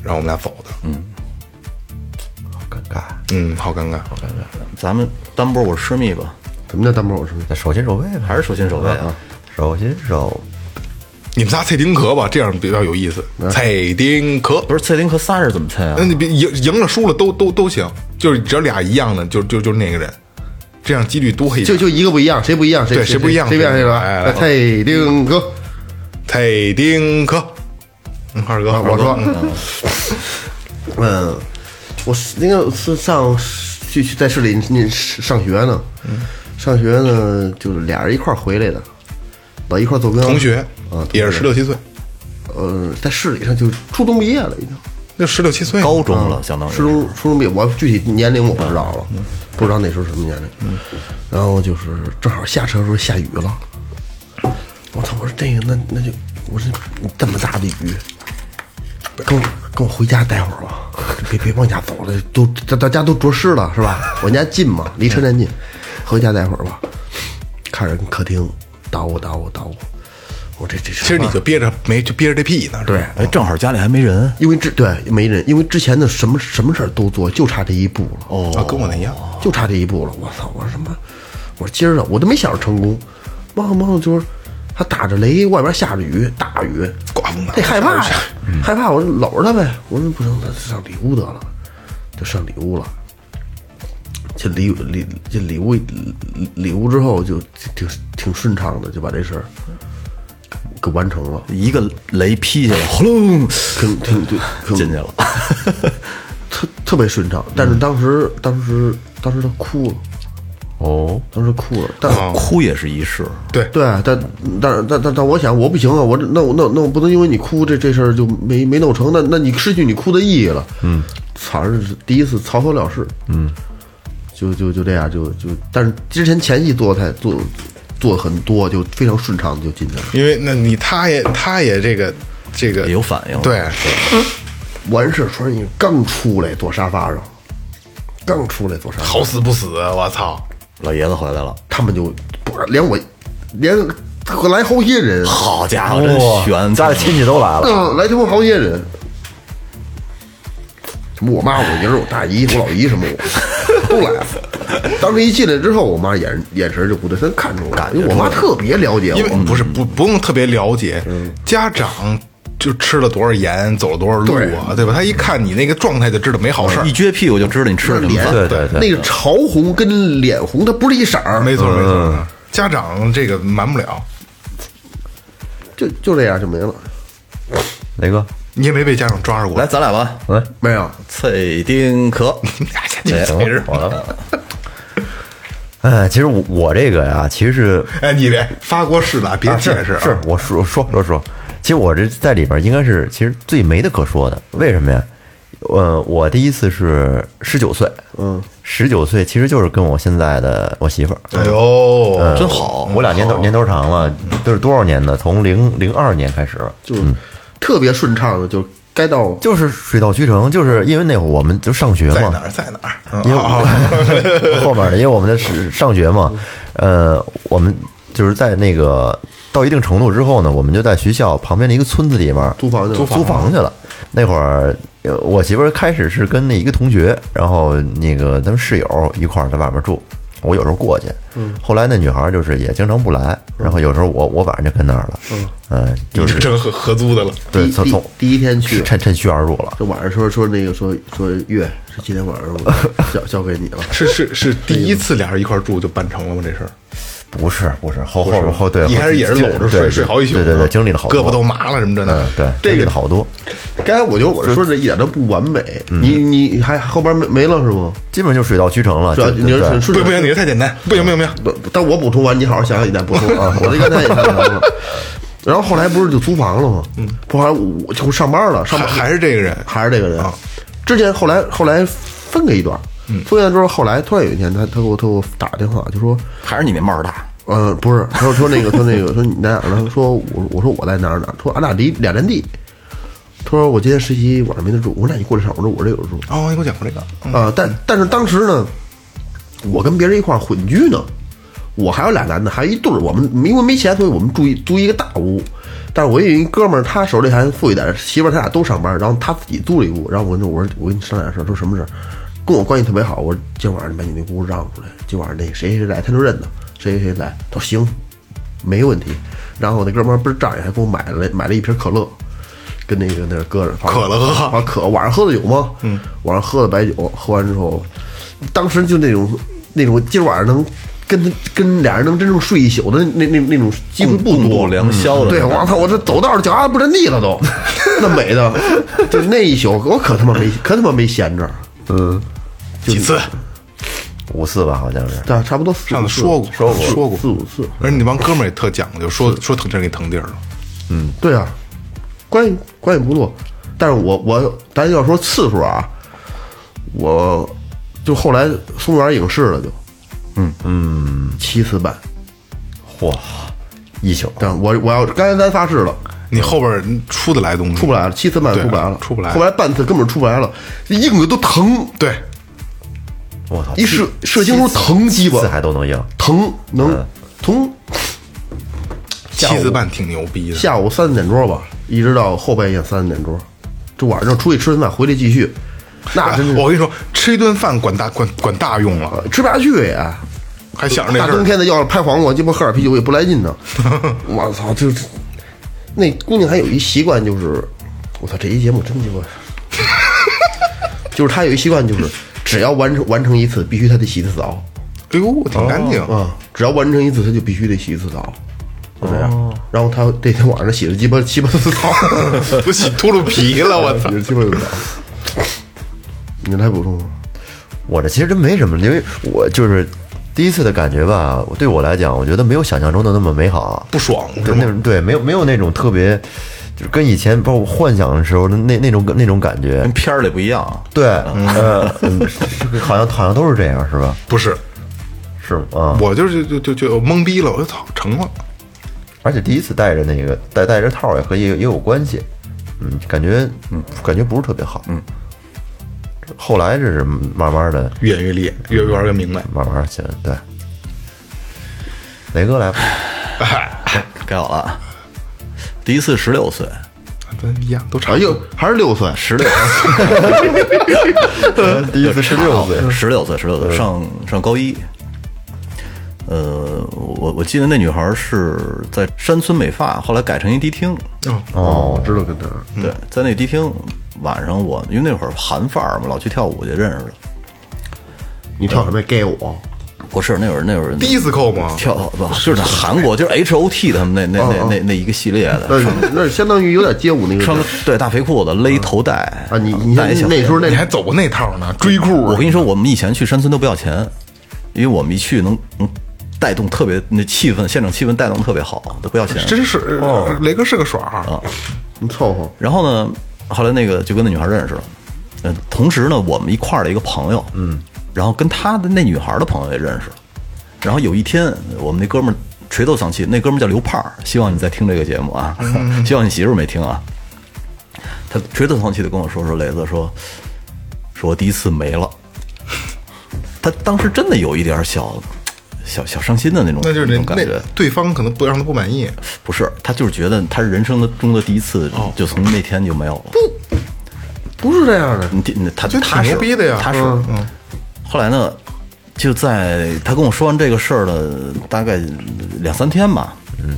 Speaker 3: 然后我们俩走的。嗯
Speaker 4: 尴尬，
Speaker 3: 嗯，好尴尬。
Speaker 6: 咱们单波我是师密吧，
Speaker 5: 怎么叫单波我是？
Speaker 4: 那手心手背吧
Speaker 6: 还是手心手背啊？
Speaker 4: 手心手
Speaker 3: 你们仨猜丁壳吧，这样比较有意思。猜丁壳，
Speaker 6: 不是蔡丁和仨是怎么猜啊
Speaker 3: 那？你别赢赢了输了都都都行，就是只要俩一样的，就就就是那个人，这样几率多一
Speaker 5: 就
Speaker 3: 点。
Speaker 5: 就一个不一样，谁不一样？谁
Speaker 3: 对谁不一样
Speaker 5: 谁不一样？
Speaker 3: 谁
Speaker 5: 谁
Speaker 3: 不一样
Speaker 5: 来
Speaker 3: 哎
Speaker 5: 来，蔡丁哥，
Speaker 3: 猜丁壳，嗯，二哥，
Speaker 5: 我说
Speaker 3: 二哥嗯，
Speaker 5: 嗯，我是那个是上去去在市里那上学呢，上学呢就是俩人一块儿回来的，老一块儿坐公交
Speaker 3: 同学
Speaker 5: 啊，
Speaker 3: 也是十六七岁，
Speaker 5: 呃，在市里上就初中毕业了已经。
Speaker 3: 就十六七岁，
Speaker 6: 高中了，相当于嗯
Speaker 5: 初中初中毕业，我具体年龄我不知道了，不知道那时候什么年龄。然后就是正好下车的时候下雨了，我操！我说这个那那就我说这么大的雨，跟我跟我回家待会儿吧，别别往家走了，都大大家都着湿了是吧？我家近嘛，离车站近，回家待会儿吧。看着客厅捣鼓捣鼓捣鼓，我这这其
Speaker 3: 其实你就憋着没就憋着这屁呢，是吧
Speaker 5: 对，
Speaker 6: 哎，正好家里还没人，
Speaker 5: 因为之对没人，因为之前的什么什么事儿都做，就差这一步了。哦，
Speaker 3: 啊，跟我那一样，
Speaker 5: 就差这一步了。我操！我说什么？我说今儿啊，我都没想着成功。忘了忘了，就是他打着雷，外边下着雨，大雨，
Speaker 3: 刮风大
Speaker 5: 这害怕
Speaker 3: 下
Speaker 5: 呀，害怕。我说搂着他呗。我说不行，咱上里屋得了，就上里屋了。这里里这里屋里屋之后就挺挺顺畅的，就把这事儿给完成了。
Speaker 6: 一个雷劈下来，轰隆，
Speaker 5: 挺挺对， 挺
Speaker 6: 进去了。
Speaker 5: 啊特特别顺畅，但是当时、当时当时他哭了，
Speaker 4: 哦，
Speaker 5: 当时哭了，但、
Speaker 6: 哭也是一事，
Speaker 3: 对，
Speaker 5: 对，但但但但但我想我不行啊，我这那我那那我不能因为你哭这这事儿就没没弄成，那那你失去你哭的意义了，嗯，反正是第一次草草了事，嗯，就就就这样就就，但是之前前戏做的太做做得很多，就非常顺畅地就进去了。
Speaker 3: 因为那你他也他也这个这个
Speaker 6: 也有反应。
Speaker 3: 对，
Speaker 5: 完事儿，说你刚出来坐沙发上，刚出来坐沙发上，
Speaker 3: 好死不死，我操，
Speaker 6: 老爷子回来了，
Speaker 5: 他们就不是连我连个来好些人，
Speaker 6: 好家伙，真悬！
Speaker 4: 家里亲戚都来了，
Speaker 5: 嗯，来他妈好些人，什么我妈、我爷儿、我大姨、我老姨什么我都来了。当时一进来之后，我妈眼眼神就不对，她看出来，因为我妈特别了解
Speaker 3: 因为嗯
Speaker 4: 嗯
Speaker 5: 我，
Speaker 3: 不是不不用特别了解，家长就吃了多少盐，走了多少路啊，对吧？
Speaker 4: 嗯
Speaker 3: 他一看你那个状态就知道没好事儿
Speaker 6: 啊一，撅屁股就知道你吃了什么
Speaker 5: 脸
Speaker 6: 饭。
Speaker 4: 对对对
Speaker 5: 那个潮红跟脸红，它不是一色儿，
Speaker 3: 没错没错。嗯家长这个瞒不了，
Speaker 5: 就就这样就没了，
Speaker 4: 雷哥
Speaker 3: 你也没被家长抓着过
Speaker 6: 来，。咱俩吧，
Speaker 4: 来，
Speaker 5: 没有。
Speaker 6: 脆丁壳，
Speaker 3: 你
Speaker 6: 哎
Speaker 3: 这人，
Speaker 4: 我了。 哎，其实我我这个呀，其实是
Speaker 3: 哎，你别发过誓了，别解释啊，
Speaker 4: 是我说说说说，其实我这在里边应该是其实最没的可说的，为什么呀？呃，我第一次是十九岁，嗯，十九岁其实就是跟我现在的我媳妇儿，
Speaker 3: 哎
Speaker 4: 嗯
Speaker 3: 呦，
Speaker 6: 真好
Speaker 4: 我俩年头年头长了，都是多少年呢？从零零二年开始，
Speaker 5: 就是特别顺畅的，就该到
Speaker 4: 就是水到渠成，就是因为那会儿我们就上学
Speaker 3: 在
Speaker 4: 嘛
Speaker 3: 哪，儿在哪儿？嗯
Speaker 4: 因为
Speaker 3: 好好好啊
Speaker 4: 后面的，因为我们在是上学嘛，呃，我们就是在那个到一定程度之后呢，我们就在学校旁边的一个村子里面
Speaker 5: 租房去了
Speaker 4: 租
Speaker 3: 啊
Speaker 4: 租房去了。那会儿，呃我媳妇儿开始是跟那一个同学，然后那个咱们室友一块儿在外面住，我有时候过去。
Speaker 3: 嗯
Speaker 4: 后来那女孩儿就是也经常不来，然后有时候我我晚上就跟那儿了。嗯，就
Speaker 3: 你这
Speaker 4: 是
Speaker 3: 真合合租的了，
Speaker 4: 对，
Speaker 5: 第
Speaker 4: 从
Speaker 5: 第
Speaker 4: 从
Speaker 5: 第一天去
Speaker 4: 趁趁虚而入了。
Speaker 5: 就晚上说说那个说说月是今天晚上我交交给你了，
Speaker 3: 是是
Speaker 4: 哎
Speaker 3: 是，第一次俩人一块儿住就办成了吗？这事儿
Speaker 4: 不是不是，后后后对，
Speaker 3: 一开始也是搂着睡，
Speaker 4: 对
Speaker 3: 睡好几宿呢，
Speaker 4: 对对对，经历了好多，
Speaker 3: 胳膊都麻了什么的
Speaker 4: 嗯
Speaker 3: 呢，。
Speaker 4: 对，
Speaker 5: 这个
Speaker 4: 经历了好多，
Speaker 5: 刚才我觉得我说这一点都不完美，
Speaker 4: 嗯
Speaker 5: 你你还后边没没了是不？
Speaker 4: 基本就水到渠成了。
Speaker 5: 主要
Speaker 4: 就
Speaker 5: 你是
Speaker 4: 对
Speaker 5: 很顺
Speaker 3: 不行
Speaker 5: 畅
Speaker 3: 不行，你这太简单，不行不行不行，
Speaker 4: 嗯
Speaker 5: 不但我补充完，你好好想想一点补充啊，我这刚才也想想了，然后后来不是就租房了吗？嗯，不还我就上班了，上
Speaker 3: 还
Speaker 5: 班
Speaker 3: 还是这个人，啊
Speaker 5: 还是这个人。之前后来后来分给一段，嗯，分给了之后，后来突然有一天，他他给我他给我打电话，就说，
Speaker 6: 还是你那帽儿大，
Speaker 5: 呃，不是，他说说那个说那个说你在哪儿呢？说我我说我在哪儿哪儿，说俺俩离两站地。他说我今天实习晚上没得住，我说那你过来上，我说我这有住
Speaker 3: 哦，你给我讲过这个，
Speaker 5: 啊、但但是当时呢，我跟别人一块儿混居呢，我还有俩男的，还有一对儿。我们因为没钱，所以我们住一租一个大屋。但是我有一哥们儿，他手里还富裕点儿，媳妇儿他俩都上班，然后他自己租了一屋。然后我跟他我说我跟你商量点事儿，说什么事儿？跟我关系特别好，我说今晚上你把你那屋让出来，今晚上那谁谁来他就认得，谁谁谁来，他说行，没问题。然后我那哥们儿倍儿仗义，还给我买了买了一瓶可乐，跟那个那搁着，反正
Speaker 3: 可乐
Speaker 5: 啊，可晚上喝的酒吗？嗯，晚上喝的白酒，喝完之后，当时就那种那种今儿晚上能跟他跟俩人能真正睡一宿的那那那那种机会不
Speaker 6: 共
Speaker 5: 多，
Speaker 6: 度良宵的
Speaker 5: 对，
Speaker 6: 那种
Speaker 5: 我操，我这走道儿脚啊丫子不沾地了都，那美的，就那一宿我可他妈没可他妈没闲着，嗯，
Speaker 3: 几次
Speaker 4: 五四吧，好像是。
Speaker 5: 差差不多四
Speaker 3: 上次说过
Speaker 5: 说过
Speaker 3: 说过
Speaker 5: 四五次，
Speaker 3: 而且那帮哥们儿也特讲究，说说腾地儿给腾地儿了，
Speaker 5: 对啊，关系关系不错，但是我我咱要说次数啊，我就后来松园影视了就，嗯嗯，七次半，
Speaker 4: 嚯，一宿
Speaker 5: 但我我要刚才咱发誓了，
Speaker 3: 你后边儿出得来东西，
Speaker 5: 出不来了，七次半
Speaker 3: 对啊
Speaker 5: 出不来了，
Speaker 3: 出不来
Speaker 5: 后来半次根本出不来了，硬的都疼，
Speaker 3: 对，
Speaker 4: 我操，
Speaker 5: 一射射精时候疼鸡巴
Speaker 4: 四，还都能赢，
Speaker 5: 疼能
Speaker 4: 嗯
Speaker 5: 从下午
Speaker 3: 七字半挺牛逼的，
Speaker 5: 下午三点多吧，一直到后半夜三点多，这晚上出去吃顿饭回来继续，那真是
Speaker 3: 我跟你说，吃一顿饭管大管管大用了，
Speaker 5: 吃不下去也。
Speaker 3: 还想着那
Speaker 5: 大
Speaker 3: 事儿
Speaker 5: 冬
Speaker 3: 呢，
Speaker 5: 天的，要是拍黄瓜，鸡巴喝点啤酒也不来 劲呢。我操，就是那姑娘还有一习惯，就是我操，这一节目真鸡巴，就是她有一习惯，就是只要完成完成一次，必须她得洗一次澡
Speaker 3: 哎呦，挺干净，
Speaker 5: 啊！只要完成一次，她就必须得洗一次澡，就这样。然后她这天晚上洗了鸡巴七八 次澡，
Speaker 3: 都洗秃噜皮了，我操
Speaker 5: 洗！了七八次澡。你来补充吗？
Speaker 4: 我这其实真没什么，因为我就是第一次的感觉吧，对我来讲，我觉得没有想象中的那么美好，啊
Speaker 3: 不爽是
Speaker 4: 对
Speaker 3: 吗
Speaker 4: 那种对没有没有那种特别，就是跟以前包括幻想的时候的那那种那种感觉
Speaker 6: 跟，片儿里不一样啊。
Speaker 4: 对，呃，嗯好像好像都是这样，是吧？
Speaker 3: 不是，
Speaker 4: 是吗啊，
Speaker 3: 我就是就就就懵逼了，我操，成了，
Speaker 4: 而且第一次戴着那个戴戴着套儿也和也也有关系，嗯，感觉嗯感觉不是特别好，嗯，后来这是慢慢的
Speaker 3: 越演越烈，越玩越明白。
Speaker 4: 慢慢起来，对。雷哥来吧，哦
Speaker 6: 该我了啊，第一次十六岁，
Speaker 3: 咱一样都差
Speaker 5: 哎
Speaker 3: 不多
Speaker 5: 呦，还是六岁，
Speaker 6: 十六，
Speaker 4: 第一次十六岁，
Speaker 6: 十六岁，十
Speaker 5: 嗯
Speaker 6: 六岁，上上高一。呃，我我记得那女孩是在山村美发，后来改成一迪厅。
Speaker 5: 哦，我知道跟他
Speaker 6: 对，在那迪厅晚上我，因为那会儿韩范儿嘛，老去跳舞去，认识的。
Speaker 5: 你跳什么呀给我
Speaker 6: 不是那会儿那会儿
Speaker 3: disco
Speaker 5: 啊
Speaker 3: 吗？
Speaker 6: 跳不就是在韩国，就是 H O T 他们那那
Speaker 5: 嗯
Speaker 6: 那那那一个系列
Speaker 5: 那
Speaker 6: 的，
Speaker 5: 那相当于有点街舞那个
Speaker 6: 穿个对大肥裤子，勒头带啊
Speaker 5: 啊，你 你
Speaker 6: 带一小
Speaker 5: 那时候那
Speaker 3: 你还走过那套呢？追裤？
Speaker 6: 我跟
Speaker 3: 你
Speaker 6: 你说，我们以前去山村都不要钱，因为我们一去能能带动特别那气氛，现场气氛带动特别好，都不要钱。
Speaker 3: 真是
Speaker 6: 哦
Speaker 3: 雷哥是个爽啊儿，
Speaker 5: 你凑合，
Speaker 6: 然后呢，后来那个就跟那女孩认识了，嗯，同时呢，我们一块儿的一个朋友，嗯，然后跟他的那女孩的朋友也认识了，然后有一天，我们那哥们儿垂头丧气，那哥们儿叫刘胖儿，希望你在听这个节目啊，
Speaker 3: 嗯
Speaker 6: 希望你媳妇儿没听啊。他垂头丧气的跟我说说雷子说，说我第一次没了，他当时真的有一点儿小。小小伤心的那种，
Speaker 3: 那就是那
Speaker 6: 种感觉
Speaker 3: 那对方可能不让他不满意，
Speaker 6: 不是，他就是觉得他是人生的中的第一次，
Speaker 3: 哦
Speaker 6: 就从那天就没有了。
Speaker 5: 不是这样的。
Speaker 6: 你听那他
Speaker 3: 就挺
Speaker 6: 他是
Speaker 3: 牛逼的呀嗯
Speaker 6: 他是。后来呢，就在他跟我说完这个事儿的大概两三天吧，嗯，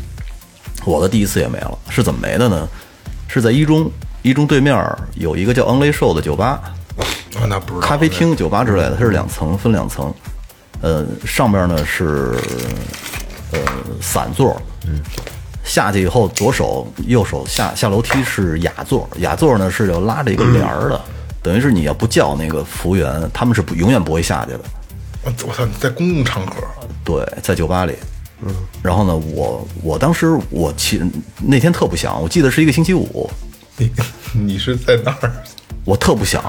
Speaker 6: 我的第一次也没了，是怎么没的呢？是在一中，一中对面儿有一个叫 Only Show 的酒吧，
Speaker 3: 啊那不是
Speaker 6: 咖啡厅、酒吧之类的，它是两层，分两层。呃，上边呢是呃散座，嗯，下去以后左手右手下下楼梯是雅座，雅座呢是要拉着一个帘儿的，等于是你要不叫那个服务员，他们是不永远不会下去的。
Speaker 3: 我我操！你在公共场合，
Speaker 6: 对，在酒吧里，嗯，然后呢，我我当时我其那天特不想，我记得是一个星期五，
Speaker 3: 你你是在哪
Speaker 6: 啊
Speaker 3: 儿？
Speaker 6: 我特不想。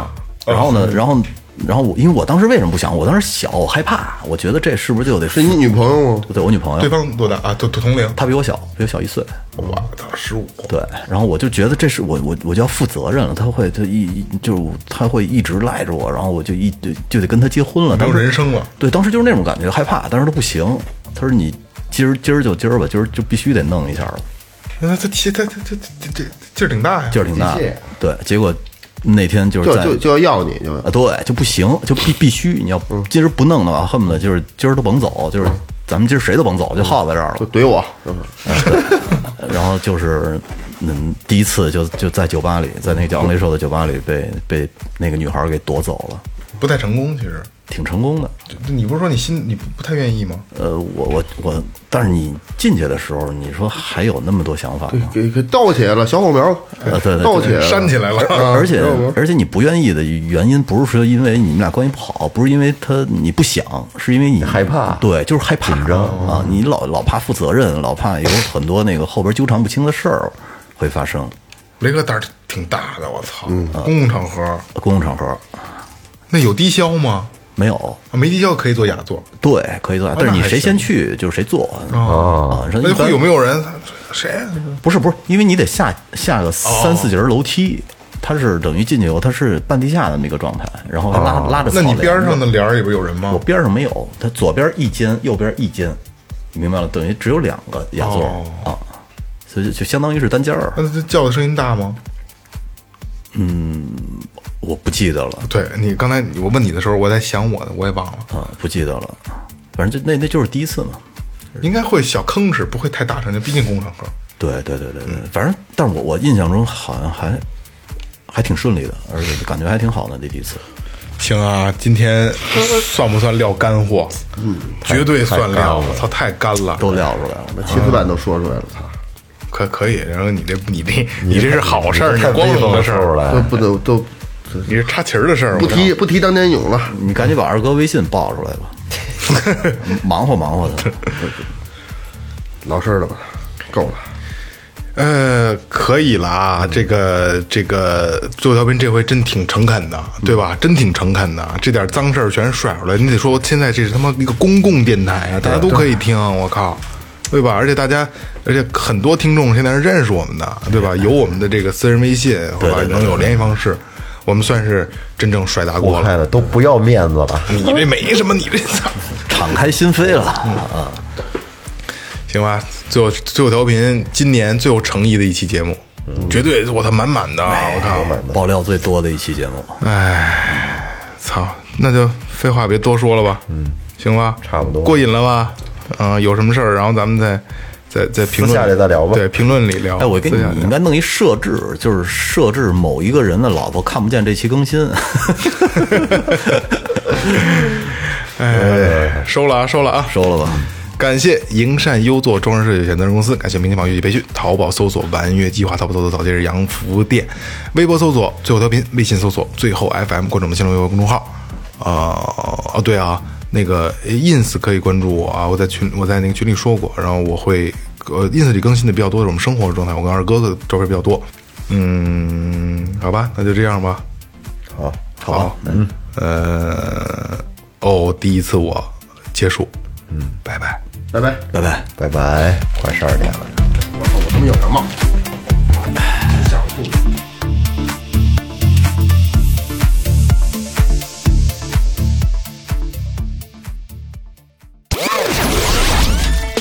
Speaker 6: 然后
Speaker 3: 嗯
Speaker 6: 呢，然后然后我因为我当时为什么不想？我当时小，我害怕，我觉得这是不是就得
Speaker 5: 是你女朋友吗？
Speaker 6: 对我女朋友，
Speaker 3: 对方多大啊？同同龄？
Speaker 6: 她比我小，比我小一岁。
Speaker 3: 我操，十五。
Speaker 6: 对，然后我就觉得这是我我我就要负责任了，他会他一一就是他会一直赖着我，然后我就一就就得跟他结婚了，
Speaker 3: 没有
Speaker 6: 当时
Speaker 3: 人生了
Speaker 6: 对，当时就是那种感觉，害怕，但是他不行，他说你今儿今儿就今儿吧，今儿就必须得弄一下了，
Speaker 3: 那他提他他他这这劲儿挺大呀。
Speaker 6: 劲儿挺大
Speaker 5: 机械
Speaker 6: 的。对，结果那天就是
Speaker 5: 就
Speaker 6: 在
Speaker 5: 就就要要你就
Speaker 6: 啊，对，就不行，就必必须你要今儿不弄的话，恨不得就是今儿都甭走，就是咱们今儿谁都甭走，就耗在这儿了
Speaker 5: 就。怼我，嗯
Speaker 6: 然后就是，嗯，第一次就就在酒吧里，在那个叫昂雷兽的酒吧里被被那个女孩给夺走了，
Speaker 3: 不太成功，其实。
Speaker 6: 挺成功的。
Speaker 3: 就你不是说你心你不不太愿意吗？
Speaker 6: 呃，我我我，但是你进去的时候，你说还有那么多想法 吗？
Speaker 5: 给给倒起来了，小火苗
Speaker 6: 呃啊对对
Speaker 5: 倒起来了，
Speaker 3: 煽起来了，
Speaker 6: 而且而且你不愿意的原因不是说因为你们俩关系不好，不是因为他你不想，是因为你
Speaker 4: 害怕
Speaker 6: 对，就是害怕啊，你老老怕负责任，老怕有很多那个后边纠缠不清的事儿会发生，
Speaker 3: 雷哥胆儿挺大的，我操！
Speaker 6: 嗯啊
Speaker 3: 公共场合
Speaker 6: 公共场合
Speaker 3: 那有低消吗？
Speaker 6: 没有。
Speaker 3: 啊，没低消可以做雅座。
Speaker 6: 对，可以做，但是你谁先去就是谁做啊。
Speaker 3: 哦
Speaker 6: 人
Speaker 3: 那
Speaker 6: 一般
Speaker 3: 哎会有没有人谁？啊
Speaker 6: 不是不是，因为你得下下
Speaker 3: 哦
Speaker 6: 个三四节楼梯，它是等于进去以后它是半地下的那个状态，然后拉拉着草
Speaker 3: 哦那
Speaker 6: 帘
Speaker 3: 你
Speaker 6: 子。
Speaker 3: 边上的帘儿里边有人吗
Speaker 6: 我？边上没有，它左边一间，右边一间，你明白了？等于只有两个雅座、
Speaker 3: 哦
Speaker 6: 啊，所以就就相当于是单间儿。
Speaker 3: 那这叫的声音大吗？
Speaker 6: 我不记得了
Speaker 3: 对你刚才我问你的时候，我在想我的，我也忘了，
Speaker 6: 啊，不记得了，反正就那那就是第一次嘛。
Speaker 3: 应该会小吭哧，不会太大声，就毕竟公共场合。
Speaker 6: 对对对对对，反正但是我我印象中好像还还挺顺利的，而且感觉还挺好的那第一次。
Speaker 3: 行啊，今天算不算撂干货？嗯，绝对算撂。我操，太干了，
Speaker 6: 都撂出来了。
Speaker 5: 那七四版都说出来了，操，
Speaker 3: 可可以。然后你这你这你这是好事儿，你
Speaker 4: 太
Speaker 3: 光
Speaker 4: 威
Speaker 3: 荣
Speaker 4: 风
Speaker 3: 的
Speaker 4: 了，
Speaker 3: 事
Speaker 4: 说出
Speaker 3: 儿，
Speaker 4: 来
Speaker 5: 都。不能都
Speaker 3: 你是插旗儿的事儿。
Speaker 5: 不
Speaker 3: 我操
Speaker 5: 提不提当年勇了，
Speaker 6: 你赶紧把二哥微信报出来吧，忙活忙活他。
Speaker 5: 老实了吧，够了。
Speaker 3: 呃，可以了啊，这个这个做调频这回真挺诚恳的，对吧？真挺诚恳的，这点脏事儿全甩出来。你得说，现在这是他妈一个公共电台啊，大家都可以听，我靠，对吧？而且大家，而且很多听众现在是认识我们的，对吧？有我们的这个私人微信，对吧？能有联系方式，我们算是真正甩大锅
Speaker 4: 我看
Speaker 3: 了。
Speaker 4: 了都不要面子了，
Speaker 3: 你这没什么，你这操。
Speaker 6: 敞开心扉了啊！
Speaker 3: 行吧，最后最后调频今年最有诚意的一期节目，绝对我操满嗯满的，啊我靠，
Speaker 6: 爆料最多的一期节目，
Speaker 3: 操，那就废话别多说了吧，嗯，行吧，
Speaker 4: 差不多
Speaker 3: 过瘾了吧？嗯、有什么事儿，然后咱们再再再评
Speaker 4: 私
Speaker 3: 论
Speaker 4: 下里再聊吧
Speaker 3: 对，评论里聊。
Speaker 6: 哎，我跟
Speaker 3: 私下
Speaker 6: 你
Speaker 3: 里
Speaker 6: 你应该弄一设置，就是设置某一个人的老婆看不见这期更新，
Speaker 3: 哎，收了啊，收了啊，
Speaker 6: 收了吧。
Speaker 3: 感谢营善优作装饰设计有限责任公司，感谢明天宝乐器培训，淘宝搜索“玩乐计划”，淘宝搜索“早节日洋服店”，微博搜索“最后调频”，微信搜索“最后 FM”，关注我们新浪微博公众号。呃，哦对啊，那个呃 ins 可以关注我啊，我在群我在那个群里说过，然后我会呃 ins 里更新的比较多的是我们生活状态，我跟二哥哥的照片比较多。嗯，好吧，那就这样吧。
Speaker 4: 好，
Speaker 3: 好，嗯，呃，哦，第一次我结束，嗯，拜拜。
Speaker 6: 拜拜。
Speaker 4: 拜拜，快十二点了。